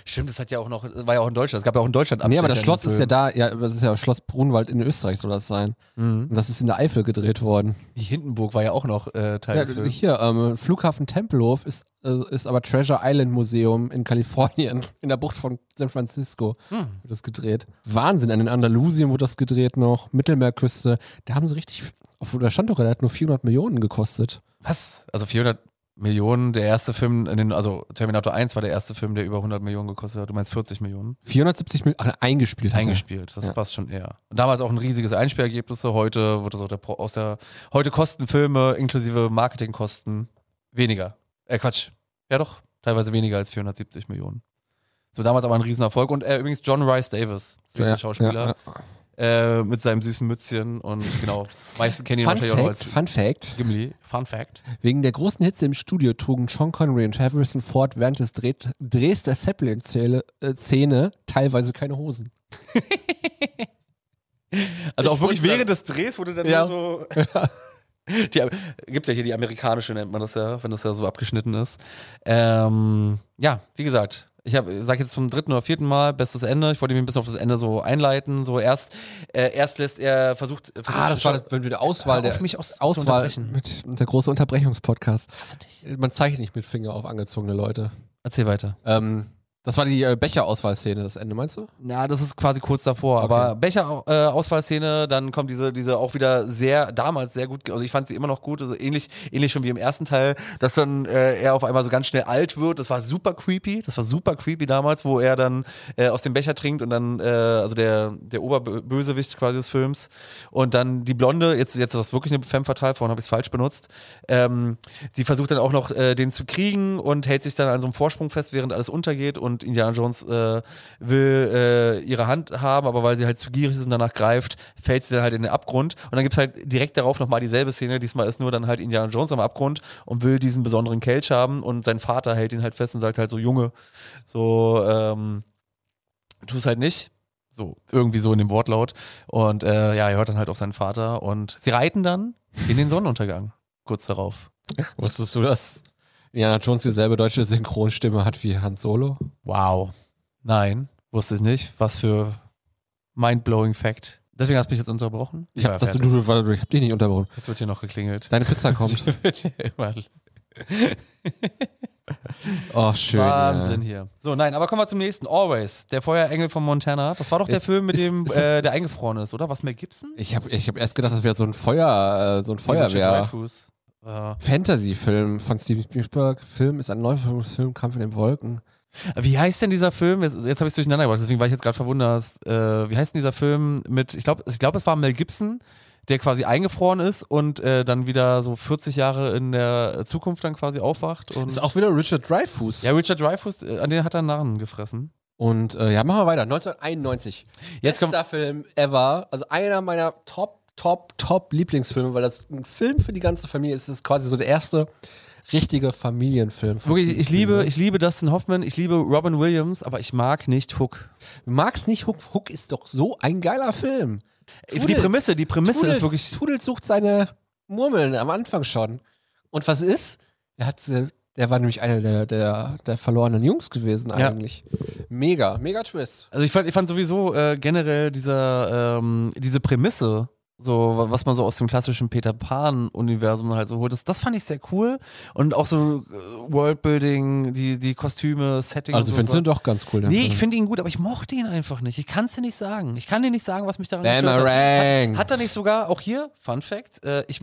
Stimmt, das hat ja auch noch, war ja auch in Deutschland, es gab ja auch in Deutschland nee, aber Abstecher das Schloss in dem ist ja da, ja, das ist ja Schloss Brunwald in Österreich soll das sein. Film. Mhm. Und das ist in der Eifel gedreht worden. Die Hindenburg war ja auch noch äh, Teil Ja, des Films. hier, ähm, Flughafen Tempelhof ist, äh, ist aber Treasure Island Museum in Kalifornien, in der Bucht von San Francisco Hm. wird das gedreht. Wahnsinn, in Andalusien wurde das gedreht noch, Mittelmeerküste, da haben sie richtig, obwohl da stand doch, der hat nur 400 Millionen gekostet. Was? Also 400 Millionen, der erste Film, in den, also Terminator 1 war der erste Film, der über 100 Millionen gekostet hat. Du meinst 40 Millionen? 470 Millionen, ach, eingespielt. hat er. Eingespielt, das Ja. passt schon eher. Und damals auch ein riesiges Einspielergebnis. Heute wird das auch der, Pro- aus der. Heute kosten Filme inklusive Marketingkosten weniger. Äh, Quatsch. Ja doch, teilweise weniger als 470 Millionen. So damals aber ein Riesenerfolg. Und äh, übrigens John Rice Davis, süßer Ja, Schauspieler, ja, ja. Äh, mit seinem süßen Mützchen und genau. Meisten kennen ihn Fun, wahrscheinlich auch noch Fact, als Fun Fact, Gimli. Fun Fact. wegen der großen Hitze im Studio trugen Sean Connery und Harrison Ford während des Dreh Drehs der Zeppelin-Szene äh, Szene teilweise keine Hosen. Also auch Ich wirklich wusste- während des Drehs wurde dann Ja. nur so. Die, gibt's ja hier die amerikanische, nennt man das ja, wenn das ja so abgeschnitten ist. Ähm, ja, wie gesagt, ich sage jetzt zum dritten oder vierten Mal, bestes Ende. Ich wollte mich ein bisschen auf das Ende so einleiten. So erst, äh, erst lässt er versucht. Ah, das war das, wenn wir der Auswahl, Hör auf, der mich aus- zu Auswahl unterbrechen. mit der große Unterbrechungspodcast. Man zeichnet nicht mit Finger auf angezogene Leute. Erzähl weiter. Ähm, Das war die äh, Becherauswahlszene, das Ende, meinst du? Na, das ist quasi kurz davor. Aber Becher-Auswahlszene, dann kommt diese, diese auch wieder sehr, damals sehr gut, also ich fand sie immer noch gut, also ähnlich, ähnlich schon wie im ersten Teil, dass dann äh, er auf einmal so ganz schnell alt wird. Das war super creepy, das war super creepy damals, wo er dann äh, aus dem Becher trinkt und dann, äh, also der, der Oberbösewicht quasi des Films und dann die Blonde, jetzt, jetzt ist das wirklich eine Femme Fatale, vorhin habe ich es falsch benutzt, ähm, die versucht dann auch noch äh, den zu kriegen und hält sich dann an so einem Vorsprung fest, während alles untergeht und Indiana Jones äh, will äh, ihre Hand haben, aber weil sie halt zu gierig ist und danach greift, fällt sie dann halt in den Abgrund und dann gibt es halt direkt darauf nochmal dieselbe Szene, diesmal ist nur dann halt Indiana Jones am Abgrund und will diesen besonderen Kelch haben und sein Vater hält ihn halt fest und sagt halt so, Junge, so, ähm, tu es halt nicht. So, irgendwie so in dem Wortlaut. Und äh, ja, er hört dann halt auf seinen Vater und sie reiten dann in den Sonnenuntergang. Kurz darauf. Wusstest du, dass Indiana Jones dieselbe deutsche Synchronstimme hat wie Han Solo? Wow. Nein, wusste ich nicht. Was für mind-blowing Fact. Deswegen hast du mich jetzt unterbrochen. Ich hab, dass du, du, weil du, ich hab dich nicht unterbrochen. jetzt wird hier noch geklingelt. Deine Pizza kommt. Oh, schön. Wahnsinn hier. So, nein, aber kommen wir zum nächsten. Always, der Feuerengel von Montana. Das war doch der Ist- Film mit ist- dem, ist- äh, ist- der eingefroren ist, oder? Was, Mel Gibson? Ich habe ich hab erst gedacht, das wäre so ein Feuer, äh, so ein Feuerwehr. Dreyfuss. Äh, Fantasy-Film von Steven Spielberg. Film ist ein Neuverfilmungsfilm, Kampf in den Wolken. Wie heißt denn dieser Film? Jetzt, jetzt habe ich es durcheinander gebracht, deswegen war ich jetzt gerade verwundert. Äh, wie heißt denn dieser Film mit, ich glaube, ich glaub, es war Mel Gibson, der quasi eingefroren ist und äh, dann wieder so 40 Jahre in der Zukunft dann quasi aufwacht. Und Ist auch wieder Richard Dreyfuss. ja, Richard Dreyfuss, äh, an den hat er einen Narren gefressen. Und äh, ja, machen wir weiter. 1991. Jetzt kommt- Bester Film ever. Also einer meiner Top, Top, Top Lieblingsfilme, weil das ein Film für die ganze Familie ist. Es ist quasi so der erste richtige Familienfilm. von ne? Wirklich, Steven ich liebe, Spielberg. ich liebe Dustin Hoffman, ich liebe Robin Williams, aber ich mag nicht Hook. Du magst nicht Hook. Hook ist doch so ein geiler Film. Die Prämisse, die Prämisse Toodles, ist wirklich. Toodles sucht seine Murmeln am Anfang schon. Und was ist? Er hat sie. Der war nämlich einer der, der, der verlorenen Jungs gewesen Ja. eigentlich. Mega, mega Twist. Also ich fand, ich fand sowieso äh, generell dieser, ähm, diese Prämisse, so wa- was man so aus dem klassischen Peter Pan-Universum halt so holt, das, das fand ich sehr cool. Und auch so äh, Worldbuilding, die, die Kostüme, Setting. Also und so, das war- doch ganz cool. Nee, ich finde ihn gut, aber ich mochte ihn einfach nicht. Ich kann es dir nicht sagen. Ich kann dir nicht sagen, was mich daran hat. Boomerang. Hat, hat er nicht sogar, auch hier, Fun Fact, äh, ich,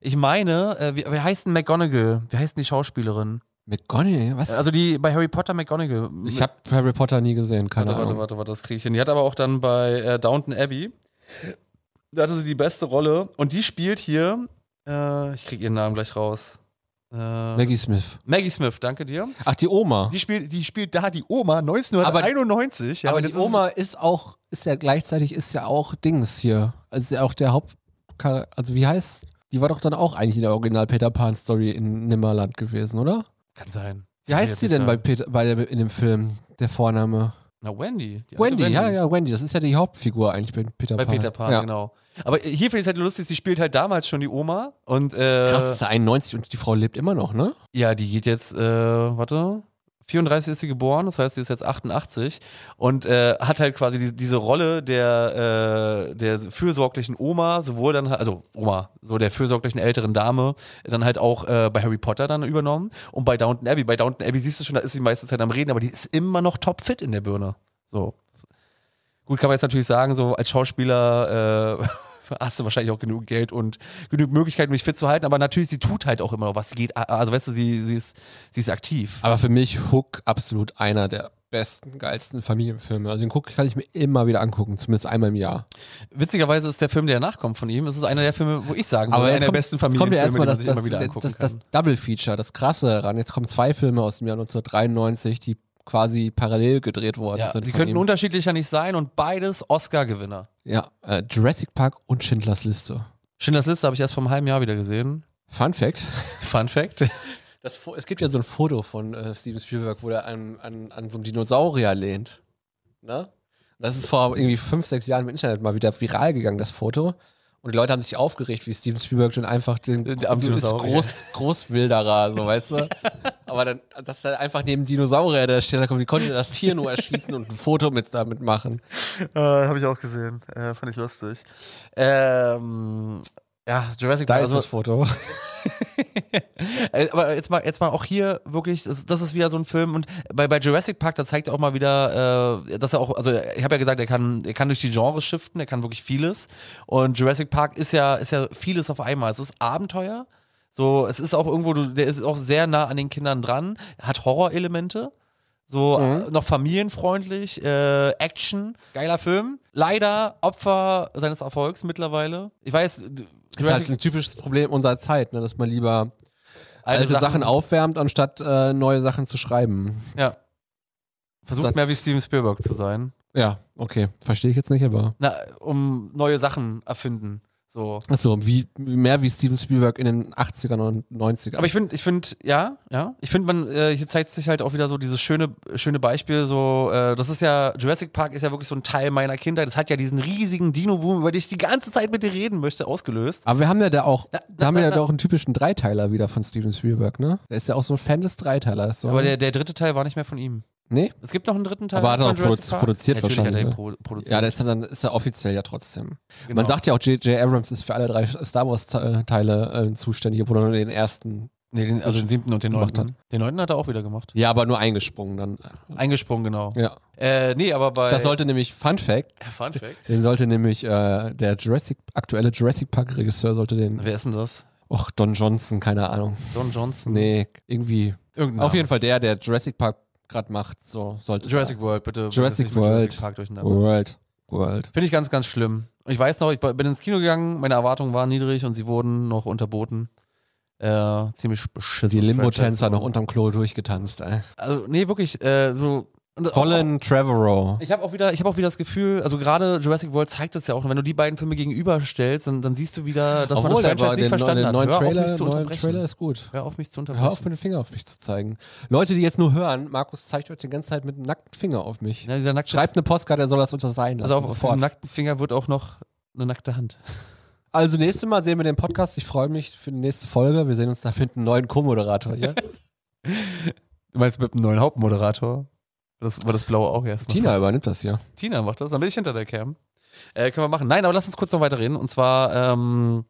ich meine, äh, wie, wie heißt denn McGonagall? Wie heißt denn die Schauspielerin? McGonagall, was? Also die bei Harry Potter McGonagall. ich habe Harry Potter nie gesehen, keine Warte, warte, Ahnung. warte, warte, das kriege ich hin. Die hat aber auch dann bei äh, Downton Abbey, da hatte sie die beste Rolle und die spielt hier, äh, ich kriege ihren Namen gleich raus. Äh, Maggie. Maggie Smith. Smith, danke dir. Ach, die Oma. Die spielt, die spielt da die Oma 1991. ja, aber und die das ist- Oma ist auch, ist ja gleichzeitig, ist ja auch Dings hier. Also ist ja auch der Haupt, also wie heißt, die war doch dann auch eigentlich in der Original Peter Pan Story in Nimmerland gewesen, oder? kann sein. Wie heißt sie denn bei, Peter, bei der, in dem Film, der Vorname? Na, also Wendy. die alte Wendy, ja, ja, Wendy. Das ist ja die Hauptfigur eigentlich bei Peter Bei Pan. Peter Pan, ja. genau. Aber hier finde ich es halt lustig, sie spielt halt damals schon die Oma und äh, Krass, ist ja 91 und die Frau lebt immer noch, ne? Ja, die geht jetzt, äh, warte, 34 ist sie geboren, das heißt, sie ist jetzt 88 und äh, hat halt quasi die, diese Rolle der, äh, der fürsorglichen Oma, sowohl dann, halt- also Oma, so der fürsorglichen älteren Dame, dann halt auch äh, bei Harry Potter dann übernommen und bei Downton Abbey. Bei Downton Abbey siehst du schon, da ist sie die meiste Zeit am Reden, aber die ist immer noch topfit in der Birne. So. Gut, kann man jetzt natürlich sagen, so als Schauspieler äh, hast du wahrscheinlich auch genug Geld und genügend Möglichkeiten, mich fit zu halten, aber natürlich, sie tut halt auch immer noch was. Sie geht, also weißt du, sie, sie, ist, sie ist aktiv. Aber für mich Hook absolut einer der besten, geilsten Familienfilme. Also den Hook kann ich mir immer wieder angucken, zumindest einmal im Jahr. Witzigerweise ist der Film, der nachkommt von ihm, es ist einer der Filme, wo ich sagen würde, einer jetzt der kommt- besten jetzt kommt ja Familienfilme, die erstmal man das, sich das, immer wieder das, angucken das, das kann. Double Feature, das Krasse daran. Jetzt kommen zwei Filme aus dem Jahr 1993, die quasi parallel gedreht worden Ja, sind. die von könnten ihm. unterschiedlicher nicht sein und beides Oscar-Gewinner. ja, äh, Jurassic Park und Schindlers Liste. Schindlers Liste habe ich erst vor einem halben Jahr wieder gesehen. Fun Fact. Fun Fact. Das, Fo- es gibt ja so ein Foto von äh, Steven Spielberg, wo er an, an, an so einem Dinosaurier lehnt. Ne? Das ist vor irgendwie fünf, sechs Jahren im Internet mal wieder viral gegangen, das Foto. Und die Leute haben sich aufgeregt, wie Steven Spielberg dann einfach den Äh, am so ist Dinosaurier. Groß, Großwilderer, so weißt du. Aber dann, dass dann einfach neben Dinosaurier der steht, da kommt, wie konnte das Tier nur erschießen und ein Foto mit damit machen. Äh, habe ich auch gesehen. Äh, fand ich lustig. Ähm, ja, Jurassic Da Park. Also, ist das Foto. Äh, Aber jetzt mal, jetzt mal auch hier wirklich, das, das ist wieder so ein Film und bei, bei Jurassic Park, da zeigt er auch mal wieder, äh, dass er auch, also ich habe ja gesagt, er kann, er kann durch die Genres shiften, er kann wirklich vieles und Jurassic Park ist ja, ist ja vieles auf einmal. Es ist Abenteuer, so, es ist auch irgendwo, du- der ist auch sehr nah an den Kindern dran, hat Horrorelemente. So Mhm. äh, noch familienfreundlich, äh, Action, geiler Film. Leider Opfer seines Erfolgs mittlerweile. Ich weiß, d- Das ist halt ein typisches Problem unserer Zeit, ne, dass man lieber alte alte Sachen, Sachen- aufwärmt, anstatt äh, neue Sachen zu schreiben. Ja. Versucht Satz. mehr wie Steven Spielberg zu sein. Ja, okay. Verstehe ich jetzt nicht, aber. Na, um neue Sachen erfinden. So. Achso, wie, mehr wie Steven Spielberg in den 80ern und 90ern. Aber ich finde, ich finde, ja, ja. Ich finde, man, äh, hier zeigt sich halt auch wieder so dieses schöne, schöne Beispiel. So, äh, das ist ja, Jurassic Park ist ja wirklich so ein Teil meiner Kindheit. Das hat ja diesen riesigen Dino-Boom, über den ich die ganze Zeit mit dir reden möchte, ausgelöst. Aber wir haben ja da auch, da, da- haben wir ja da- da auch einen typischen Dreiteiler wieder von Steven Spielberg, ne? Der ist ja auch so ein Fan des Dreiteilers. So. ne? Aber der, der dritte Teil war nicht mehr von ihm. nee? Es gibt noch einen dritten Teil. Aber hat er von auch Jurassic produ- Park? produziert Natürlich wahrscheinlich, Hat er ne? produ- produziert. Ja, der ist ja dann ist ja offiziell ja trotzdem. Genau. Man sagt ja auch, J.J. Abrams ist für alle drei Star Wars-Teile äh, zuständig, obwohl er nur den ersten. nee, den, also den siebten und den Gemacht neunten. Den neunten hat er auch wieder gemacht. Ja, aber nur eingesprungen dann. Eingesprungen, genau. Ja. Äh, nee, aber bei. Das sollte nämlich, Fun Fact, Fun Fact. den sollte nämlich äh, der Jurassic, aktuelle Jurassic Park-Regisseur sollte den. Wer ist denn das? Och, Don Johnson, keine Ahnung. Don Johnson. Nee, irgendwie. Irgendein Mhm. Auf jeden Fall der, der Jurassic Park gerade macht, so sollte. Jurassic World, bitte. Jurassic Bitte nicht mit Jurassic World. Park durcheinander. World. World. Finde ich ganz, ganz schlimm. Ich weiß noch, ich bin ins Kino gegangen, meine Erwartungen waren niedrig und sie wurden noch unterboten. Äh, ziemlich beschissen. Die Limbo-Tänzer noch unterm Klo durchgetanzt, ey. Also, nee, wirklich, äh, so. und auch- Colin Trevorrow. Ich habe auch wieder, ich habe auch wieder das Gefühl, also gerade Jurassic World zeigt das ja auch. Und wenn du die beiden Filme gegenüberstellst, dann, dann siehst du wieder, dass man das der Franchise war- nicht den, verstanden den hat. neuen Hör Trailer, auf mich zu neuen unterbrechen. Trailer ist gut. Hör auf mich zu Hör auf, unterbrechen. mit dem Finger auf mich zu zeigen. Leute, die jetzt nur hören, Markus zeigt euch die ganze Zeit mit einem nackten Finger auf mich. Ja, dieser nackte, Schreibt eine Postkarte, er soll das unter sein lassen. also auf, auf sofort. diesem nackten Finger wird auch noch eine nackte Hand. also nächstes Mal sehen wir den Podcast. Ich freue mich für die nächste Folge. Wir sehen uns da mit einem neuen Co-Moderator hier. Du meinst mit dem neuen Hauptmoderator? Das war das blaue Auge erstmal. Tina übernimmt das hier. Tina macht das, dann bin ich hinter der Cam. Äh, können wir machen. Nein, aber lass uns kurz noch weiterreden. Und zwar ähm,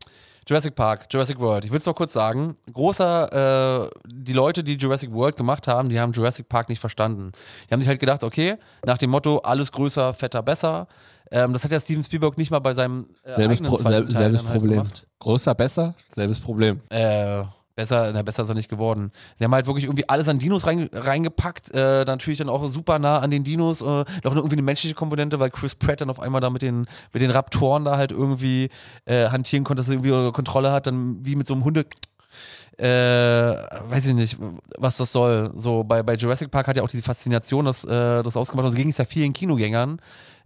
Jurassic Park, Jurassic World. Ich will es noch kurz sagen. Großer, äh, die Leute, die Jurassic World gemacht haben, die haben Jurassic Park nicht verstanden. Die haben sich halt gedacht, okay, nach dem Motto, alles größer, fetter, besser. Ähm, das hat ja Steven Spielberg nicht mal bei seinem äh, Selbes, eigenen Pro zweiten sel Teil selbes dann halt Problem. gemacht. Größer, besser, selbes Problem. Äh, besser, na, besser ist er nicht geworden. Sie haben halt wirklich irgendwie alles an Dinos rein, reingepackt, äh, natürlich dann auch super nah an den Dinos, äh, noch irgendwie eine menschliche Komponente, weil Chris Pratt dann auf einmal da mit den, mit den Raptoren da halt irgendwie äh, hantieren konnte, dass er irgendwie Kontrolle hat, dann wie mit so einem Hunde. Äh, weiß ich nicht, was das soll. So, bei, bei Jurassic Park hat ja auch diese Faszination, dass äh, das ausgemacht hat. So ging es ja vielen Kinogängern,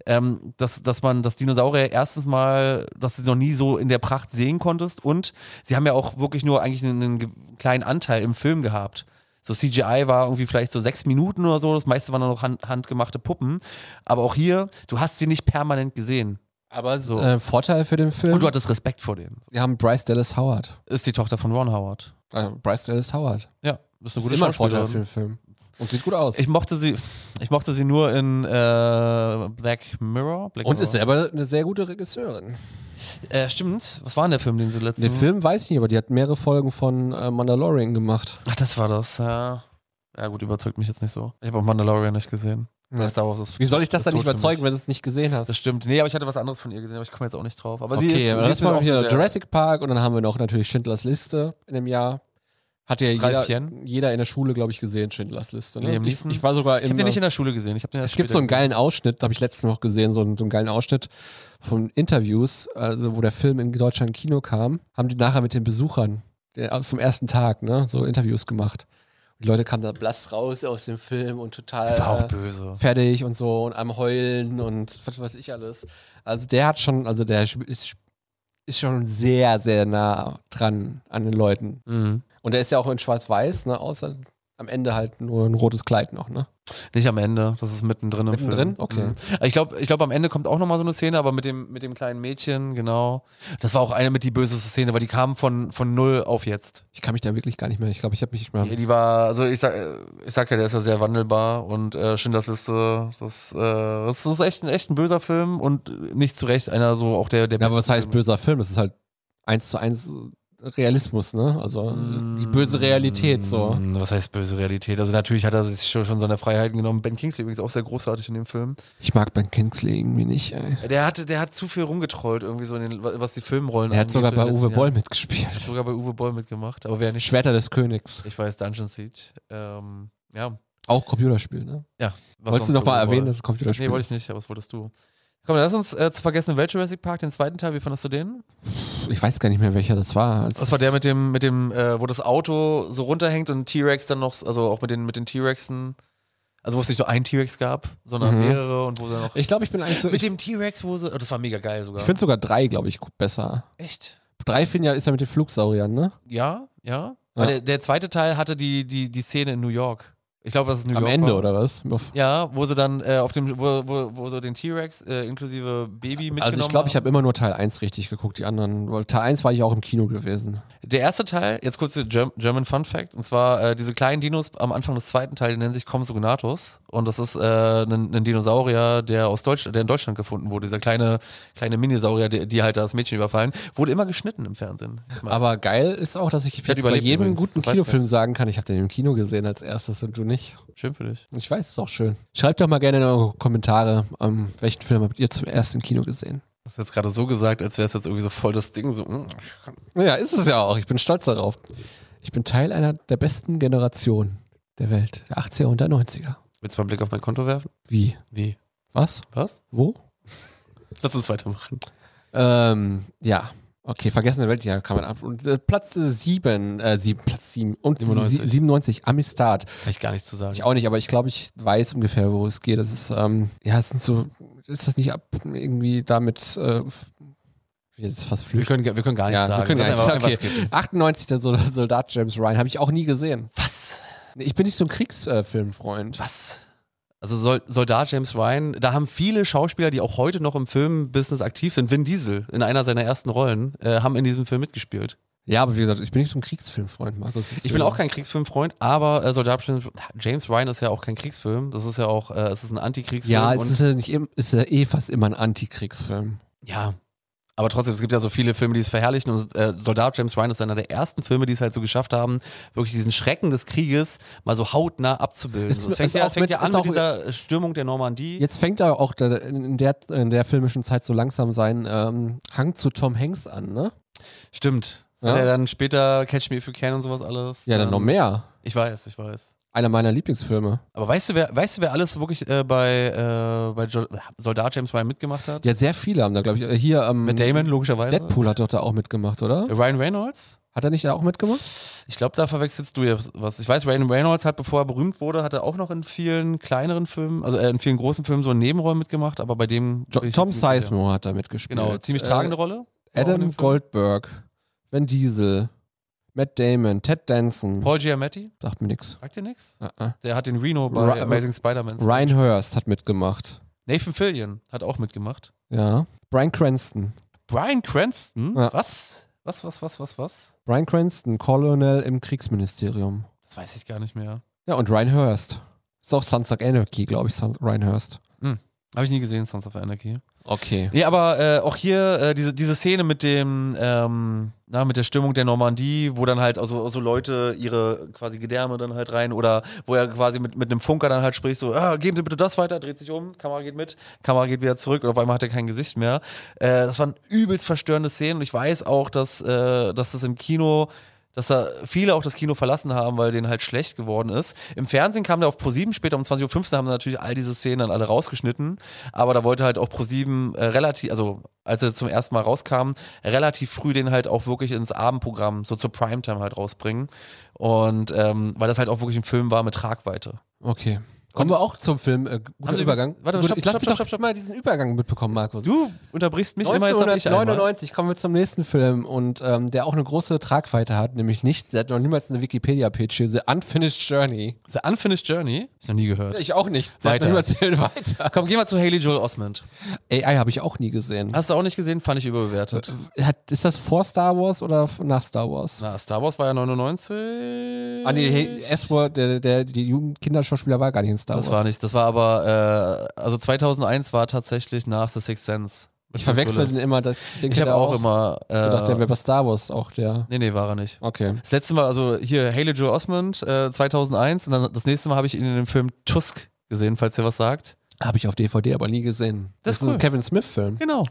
ähm, dass, dass man das Dinosaurier erstens mal, dass du sie noch nie so in der Pracht sehen konntest und sie haben ja auch wirklich nur eigentlich einen, einen ge- kleinen Anteil im Film gehabt. So CGI war irgendwie vielleicht so sechs Minuten oder so, das meiste waren dann noch hand, handgemachte Puppen. Aber auch hier, du hast sie nicht permanent gesehen. Aber so. Äh, Vorteil für den Film, Und du hattest Respekt vor denen. wir haben Bryce Dallas Howard. Ist die Tochter von Ron Howard. Äh, Bryce Dallas Howard. Ja, das ist eine Ist gute immer ein Vorteil Schauspielerin. für den Film. Und sieht gut aus. Ich mochte sie, ich mochte sie nur in äh, Black Mirror. Black und Mirror. ist selber eine sehr gute Regisseurin. Äh, stimmt. Was war denn der Film, den sie letztens? Mhm. Den Film weiß ich nicht, aber die hat mehrere Folgen von äh, Mandalorian gemacht. Ach, das war das. Ja. ja, gut, überzeugt mich jetzt nicht so. Ich habe auch Mandalorian nicht gesehen. Ja. Star Wars ist Wie soll ich das, dann ist nicht tot für überzeugen, mich. wenn du es nicht gesehen hast? Das stimmt. Nee, aber ich hatte was anderes von ihr gesehen, aber ich komme jetzt auch nicht drauf. Aber sie okay, ist, aber sie das ist war auch hier sehr- Jurassic Park und dann haben wir noch natürlich Schindlers Liste in dem Jahr. Hat ja Ralf jeder, Jen? jeder in der Schule, glaube ich, gesehen, Schindlers Liste. Ne? Liam ich, Neeson? ich war sogar Ich in, habe den nicht in der Schule gesehen. Ich hab den erst Es gibt später so einen gesehen. geilen Ausschnitt, habe ich letztens noch gesehen, so einen, so einen geilen Ausschnitt von Interviews, also wo der Film in Deutschland im Kino kam, haben die nachher mit den Besuchern der, vom ersten Tag, ne, so Interviews gemacht. Und die Leute kamen da blass raus aus dem Film und total War auch äh, böse. fertig und so und am Heulen und was weiß ich alles. Also der hat schon, also der sp- ist, ist schon sehr, sehr nah dran an den Leuten. Mhm. Und der ist ja auch in Schwarz-Weiß, ne, außer am Ende halt nur ein rotes Kleid noch, ne? Nicht am Ende, das ist mittendrin im Mittendrin? Film. Okay. Mhm. Ich glaube, ich glaub, am Ende kommt auch nochmal so eine Szene, aber mit dem, mit dem kleinen Mädchen, genau. Das war auch eine mit die böseste Szene, weil die kam von, von null auf jetzt. Ich kann mich da wirklich gar nicht mehr. Ich glaube, ich habe mich mal. Ja, die war, also ich sag, äh, ich sag ja, der ist ja sehr wandelbar und äh, Schindlers Liste, das, äh, das ist echt ein, echt ein böser Film und nicht zu Recht einer so auch der, der Ja, aber was besten heißt Filme. böser Film? Das ist halt eins zu eins Realismus, ne? Also die Mm. böse Realität so. Hm, Was heißt böse Realität? Also natürlich hat er sich schon, schon seine Freiheiten genommen. Ben Kingsley übrigens auch sehr großartig in dem Film. Ich mag Ben Kingsley irgendwie nicht, ey. Der hat, der hat zu viel rumgetrollt irgendwie so, in den, was die Filmrollen Er hat angeht sogar in den bei Uwe letzten Boll Jahren. mitgespielt. Sogar bei Uwe Boll mitgemacht. Aber wer nicht Schwerter des Königs. Ich weiß, Dungeon Siege. Ähm, ja. Auch Computerspiel, ne? ja. Was Wolltest du sonst noch mal Uwe Boll? erwähnen, dass es Computerspiel Nee, wollte ich nicht, aber was wolltest du? Komm, lass uns äh, zu vergessen Welt Jurassic Park, den zweiten Teil, wie fandest du den? ist? Ich weiß gar nicht mehr, welcher das war. Das war der mit dem, mit dem, äh, wo das Auto so runterhängt und T-Rex dann noch, also auch mit den, mit den T-Rexen, also wo es nicht nur ein T-Rex gab, sondern mehrere und wo dann noch. Mhm. Ich glaube, ich bin eigentlich so. mit ich dem T-Rex, wo sie. Oh, das war mega geil sogar. ich finde sogar drei, glaube ich, gut- besser. Echt? Drei finde ja ist ja mit den Flugsauriern, ne? Ja, ja. Weil Der, der zweite Teil hatte die, die, die Szene in New York. Ich glaube, das ist New Am York. Ende, war. oder was? Auf- Ja, wo sie dann äh, auf dem, wo, wo, wo so den T-Rex äh, inklusive Baby mitgenommen Also ich glaube, ich haben. habe immer nur Teil 1 richtig geguckt, die anderen. Weil Teil 1 war ich auch im Kino gewesen. Der erste Teil, jetzt kurz der Germ- German Fun Fact, und zwar äh, diese kleinen Dinos am Anfang des zweiten Teils, die nennen sich Compsognathus. Und das ist äh, ein, ein Dinosaurier, der aus Deutschland, der in Deutschland gefunden wurde. Dieser kleine, kleine Minisaurier, die, die halt das Mädchen überfallen, wurde immer geschnitten im Fernsehen. Ich mein, Aber geil ist auch, dass ich jetzt bei überlebt jedem übrigens, guten das weiß Kinofilm sagen kann, ich habe den im Kino gesehen als erstes und du nicht. schön für dich. Ich weiß, ist auch schön. Schreibt doch mal gerne in eure Kommentare, ähm, welchen Film habt ihr zuerst im Kino gesehen. Das ist jetzt gerade so gesagt, als wäre es jetzt irgendwie so voll das Ding, so, mm, Ja, ist es ja auch. Ich bin stolz darauf. Ich bin Teil einer der besten Generation der Welt. Der 80er und der 90er. willst du mal einen Blick auf mein Konto werfen? Wie? Wie? Was? Was? Wo? Lass uns weitermachen. Ähm, ja. Okay, vergessene Welt, ja, kann man ab. Und äh, Platz 7, äh, sieben, Platz 7 und 97. 97, 97 Amistad. Kann ich gar nichts zu sagen. Ich auch nicht, aber ich glaube, ich weiß ungefähr, wo es geht. Das ist, ähm, ja, es sind so, ist das nicht ab irgendwie damit, äh, jetzt fast Wir flüchten. können, wir können gar nichts Ja, sagen. wir können Lass ja einfach- okay. einfach skippen. 98 der Sol- Soldat James Ryan, habe ich auch nie gesehen. Was? Nee, Ich bin nicht so ein Kriegsfilmfreund. Was? Also Sol Soldat James Ryan, da haben viele Schauspieler, die auch heute noch im Filmbusiness aktiv sind, Vin Diesel in einer seiner ersten Rollen, äh, haben in diesem Film mitgespielt. ja, aber wie gesagt, ich bin nicht so ein Kriegsfilmfreund, Markus. Ich bin auch kein Kriegsfilmfreund, aber äh, Soldat James, James Ryan ist ja auch kein Kriegsfilm. Das ist ja auch, äh, es ist ein Antikriegsfilm. Ja, es und- ist ja, nicht, im- ist ja eh fast immer ein Antikriegsfilm. ja. Aber trotzdem, es gibt ja so viele Filme, die es verherrlichen und äh, Soldat James Ryan ist einer der ersten Filme, die es halt so geschafft haben, wirklich diesen Schrecken des Krieges mal so hautnah abzubilden. Ist- so, es fängt ist ja, auch es fängt mit- ja an ist mit auch- dieser äh, Stürmung der Normandie. Jetzt fängt er auch da- in der, in der filmischen Zeit so langsam seinen ähm, Hang zu Tom Hanks an, ne? Stimmt. Ja. Ja. dann später Catch Me If You Can und sowas alles. Ja, dann Ähm, noch mehr. Ich weiß, ich weiß. Einer meiner Lieblingsfilme. Aber weißt du, wer, weißt du, wer alles wirklich äh, bei, äh, bei jo Soldat James Ryan mitgemacht hat? Ja, sehr viele haben da, glaube ich. äh, Hier, ähm, Matt Damon, logischerweise. Deadpool hat doch da auch mitgemacht, oder? Ryan Reynolds? Hat er nicht da auch mitgemacht? Ich glaube, da verwechselst du ja was. Ich weiß, Ryan Reynolds hat, bevor er berühmt wurde, hat er auch noch in vielen kleineren Filmen, also äh, in vielen großen Filmen so eine Nebenrolle mitgemacht, aber bei dem. Jo bin ich Tom mir ziemlich sicher. Sizemore hat da mitgespielt. Genau, ziemlich tragende Rolle. Äh, Auch in dem Adam Film. Goldberg, Van Diesel, Matt Damon, Ted Danson. Paul Giamatti, Sagt mir nix. sagt dir nichts? Ah, ah. Der hat den Reno bei Ra- Amazing Spider-Man. Ryan Hurst hat mitgemacht. Nathan Fillion hat auch mitgemacht. Ja. Brian Cranston. Brian Cranston? Hm, Ja. Was? Was, was, was, was, was? Brian Cranston, Colonel im Kriegsministerium. Das weiß ich gar nicht mehr. Ja, und Ryan Hurst. Ist auch Sons of Anarchy, glaube ich, Son- Ryan Hurst. Habe ich nie gesehen, Sons of Anarchy. Okay. Nee, aber äh, auch hier äh, diese, diese Szene mit dem, ähm, na, mit der Stimmung der Normandie, wo dann halt also, also Leute ihre quasi Gedärme dann halt rein oder wo er quasi mit, mit einem Funker dann halt spricht, so, ah, geben Sie bitte das weiter, dreht sich um, Kamera geht mit, Kamera geht wieder zurück und auf einmal hat er kein Gesicht mehr. Äh, das waren übelst verstörende Szenen und ich weiß auch, dass, äh, dass das im Kino dass da viele auch das Kino verlassen haben, weil denen halt schlecht geworden ist. Im Fernsehen kam der auf Pro7 später um 20.15 Uhr, haben sie natürlich all diese Szenen dann alle rausgeschnitten. Aber da wollte halt auch Pro7 äh, relativ, also als er zum ersten Mal rauskam, relativ früh den halt auch wirklich ins Abendprogramm, so zur Primetime halt rausbringen. Und ähm, weil das halt auch wirklich ein Film war mit Tragweite. Okay. Kommen wir auch zum Film. Äh, guter Haben Sie Übergang. übrigens- warte, Gut, stopp, ich lass stopp, mich doch stopp, stopp. mal diesen Übergang mitbekommen, Markus. Du unterbrichst mich immer jetzt noch nicht einmal. 1999 kommen wir zum nächsten Film und ähm, der auch eine große Tragweite hat, nämlich nicht, der hat noch niemals eine Wikipedia-Page hier, The Unfinished Journey. The Unfinished Journey? Hab Ich noch nie gehört. Ich auch nicht. Weiter. Der hat noch niemals- weiter. Komm, geh mal zu Haley Joel Osment. AI habe ich auch nie gesehen. Hast du auch nicht gesehen? Fand ich überbewertet. Hat, ist das vor Star Wars oder f- nach Star Wars? äh, Na, Star Wars war ja 99. Ah nee, hey, S-Word, der, der, die Jugendkinderschauspieler war gar nicht in Star Das Wars. war nicht, das war aber, äh, also 2001 war tatsächlich nach The Sixth Sense. Ich verwechsel den immer. Das, ich denke, Ich habe der auch immer. Äh, Ich dachte, der wäre bei Star Wars auch der. nee, nee, war er nicht. Okay. Das letzte Mal, also hier Haley Joe Osmond äh, 2001 und dann das nächste Mal habe ich ihn in dem Film Tusk gesehen, falls ihr was sagt. Habe ich auf DVD aber nie gesehen. Das ist cool. ein Kevin Smith-Film. Genau.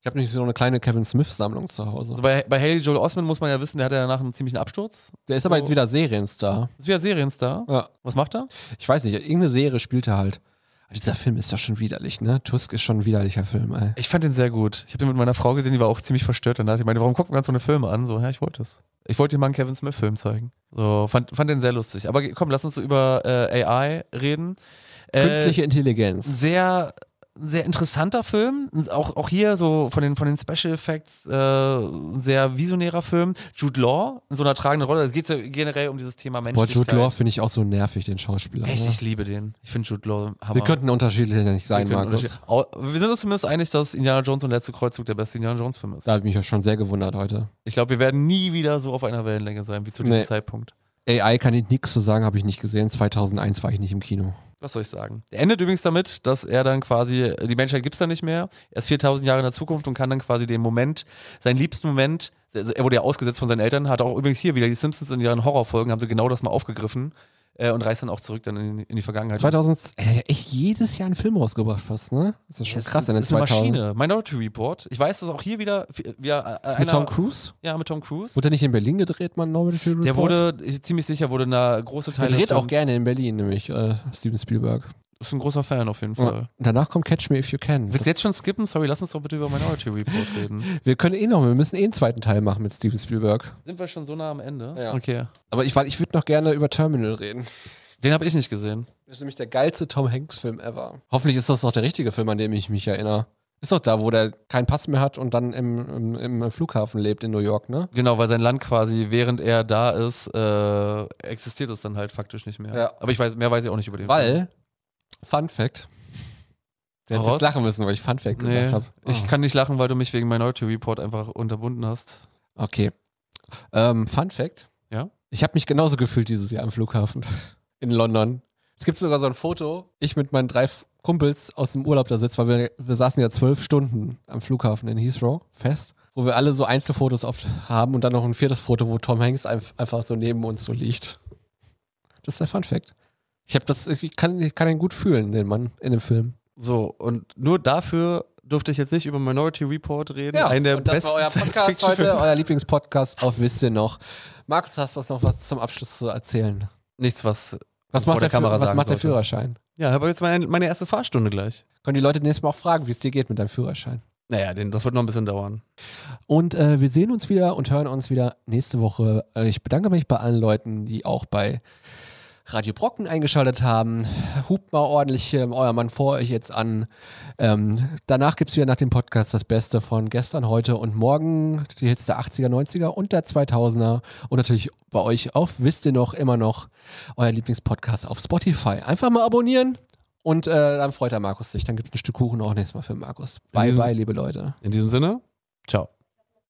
Ich habe nämlich so eine kleine Kevin Smith-Sammlung zu Hause. Also bei, bei Haley Joel Osment muss man ja wissen, der hatte danach einen ziemlichen Absturz. Der ist aber jetzt wieder Serienstar. Ist wieder Serienstar. Ja. Was macht er? Ich weiß nicht, irgendeine Serie spielt er halt. Aber dieser Film ist ja schon widerlich, ne? Tusk ist schon ein widerlicher Film, ey. Ich fand den sehr gut. Ich habe den mit meiner Frau gesehen, die war auch ziemlich verstört danach. Ich meine, warum gucken wir uns so eine Filme an? So, ja, ich wollte es. Ich wollte dir mal einen Kevin Smith-Film zeigen. So, fand, fand den sehr lustig. Aber ge- komm, lass uns über äh, AI reden. Äh, Künstliche Intelligenz. sehr sehr interessanter Film, auch, auch hier so von den, von den Special Effects äh, ein sehr visionärer Film. Jude Law in so einer tragenden Rolle, es geht ja generell um dieses Thema Boah, Menschlichkeit. Jude Law finde ich auch so nervig, den Schauspieler. Echt, ne? ich liebe den. Ich finde Jude Law Hammer. Wir könnten unterschiedlicher nicht Wir sein, können Markus. unterschied- Au- Wir sind uns zumindest einig, dass Indiana Jones und der letzte Kreuzzug der beste Indiana Jones Film ist. Da habe ich mich ja schon sehr gewundert heute. Ich glaube, wir werden nie wieder so auf einer Wellenlänge sein wie zu diesem Nee. Zeitpunkt. AI kann ich nichts zu sagen, habe ich nicht gesehen. 2001 war ich nicht im Kino. Was soll ich sagen? Er endet übrigens damit, dass er dann quasi, äh, die Menschheit gibt's dann nicht mehr, er ist 4000 Jahre in der Zukunft und kann dann quasi den Moment, seinen liebsten Moment, also er wurde ja ausgesetzt von seinen Eltern, hat auch übrigens hier wieder die Simpsons in ihren Horrorfolgen, haben sie genau das mal aufgegriffen äh, und reist dann auch zurück dann in, in die Vergangenheit. 2000, äh, echt jedes Jahr einen Film rausgebracht fast, ne? Das ist schon Das krass in den ist eine 2000. Maschine. Minority Report. Ich weiß, dass auch hier wieder. wieder äh, Mit einer- Tom Cruise? Ja, mit Tom Cruise. Wurde der nicht in Berlin gedreht, man? Minority Report? Der wurde, ich, ziemlich sicher, wurde eine große Der Teil. des dreht auch Films- gerne in Berlin, nämlich äh, Steven Spielberg. Ist ein großer Fan auf jeden Fall. Ja. Und danach kommt Catch Me If You Can. Willst du jetzt schon skippen? Sorry, lass uns doch bitte über Minority Report reden. Wir können eh noch, wir müssen eh einen zweiten Teil machen mit Steven Spielberg. Sind wir schon so nah am Ende? Ja. Okay. Aber ich, weil ich würde noch gerne über Terminal reden. Den habe ich nicht gesehen. Das ist nämlich der geilste Tom Hanks-Film ever. Hoffentlich ist das noch der richtige Film, an dem ich mich erinnere. Ist doch da, wo der keinen Pass mehr hat und dann im, im, im Flughafen lebt in New York, ne? Genau, weil sein Land quasi, während er da ist, äh, existiert es dann halt faktisch nicht mehr. Ja. Aber ich weiß, mehr weiß ich auch nicht über den Film. Weil, Fun Fact. Du hättest Raus? jetzt lachen müssen, weil ich Fun Fact Nee, Ah. gesagt habe. ich kann nicht lachen, weil du mich wegen Minority Report einfach unterbunden hast. Okay. Ähm, Fun Fact. Ja? Ich habe mich genauso gefühlt dieses Jahr am Flughafen in London. Es gibt sogar so ein Foto, ich mit meinen drei F- Kumpels aus dem Urlaub da sitzt, weil wir, wir saßen ja zwölf Stunden am Flughafen in Heathrow fest, wo wir alle so Einzelfotos oft haben und dann noch ein viertes Foto, wo Tom Hanks einf einfach so neben uns so liegt. Das ist der Fun Fact. Ich, hab das, ich, kann, ich kann ihn gut fühlen, den Mann in dem Film. So, und nur dafür durfte ich jetzt nicht über Minority Report reden. einen der und das besten war euer Podcast heute, Science-Fiction-Filme. euer Lieblingspodcast auf Wisst ihr noch. Markus, hast du uns noch was zum Abschluss zu erzählen? Nichts, was. Was Vor macht, der der, Kamera Führer, was sagen macht der sollte. Führerschein? Ja, aber jetzt meine, meine erste Fahrstunde gleich. Können die Leute nächstes Mal auch fragen, wie es dir geht mit deinem Führerschein? Naja, den, das wird noch ein bisschen dauern. Und äh, wir sehen uns wieder und hören uns wieder nächste Woche. Äh, Ich bedanke mich bei allen Leuten, die auch bei Radio Brocken eingeschaltet haben. Hupt mal ordentlich hier euer Mann vor euch jetzt an. Ähm, danach gibt es wieder nach dem Podcast das Beste von gestern, heute und morgen. Die Hits der 80er, 90er und der 2000er. Und natürlich bei euch auf, wisst ihr noch, immer noch euer Lieblingspodcast auf Spotify. Einfach mal abonnieren und äh, dann freut der Markus sich. Dann gibt es ein Stück Kuchen auch nächstes Mal für Markus. Bye, diesem- bye, liebe Leute. In diesem Sinne, ciao.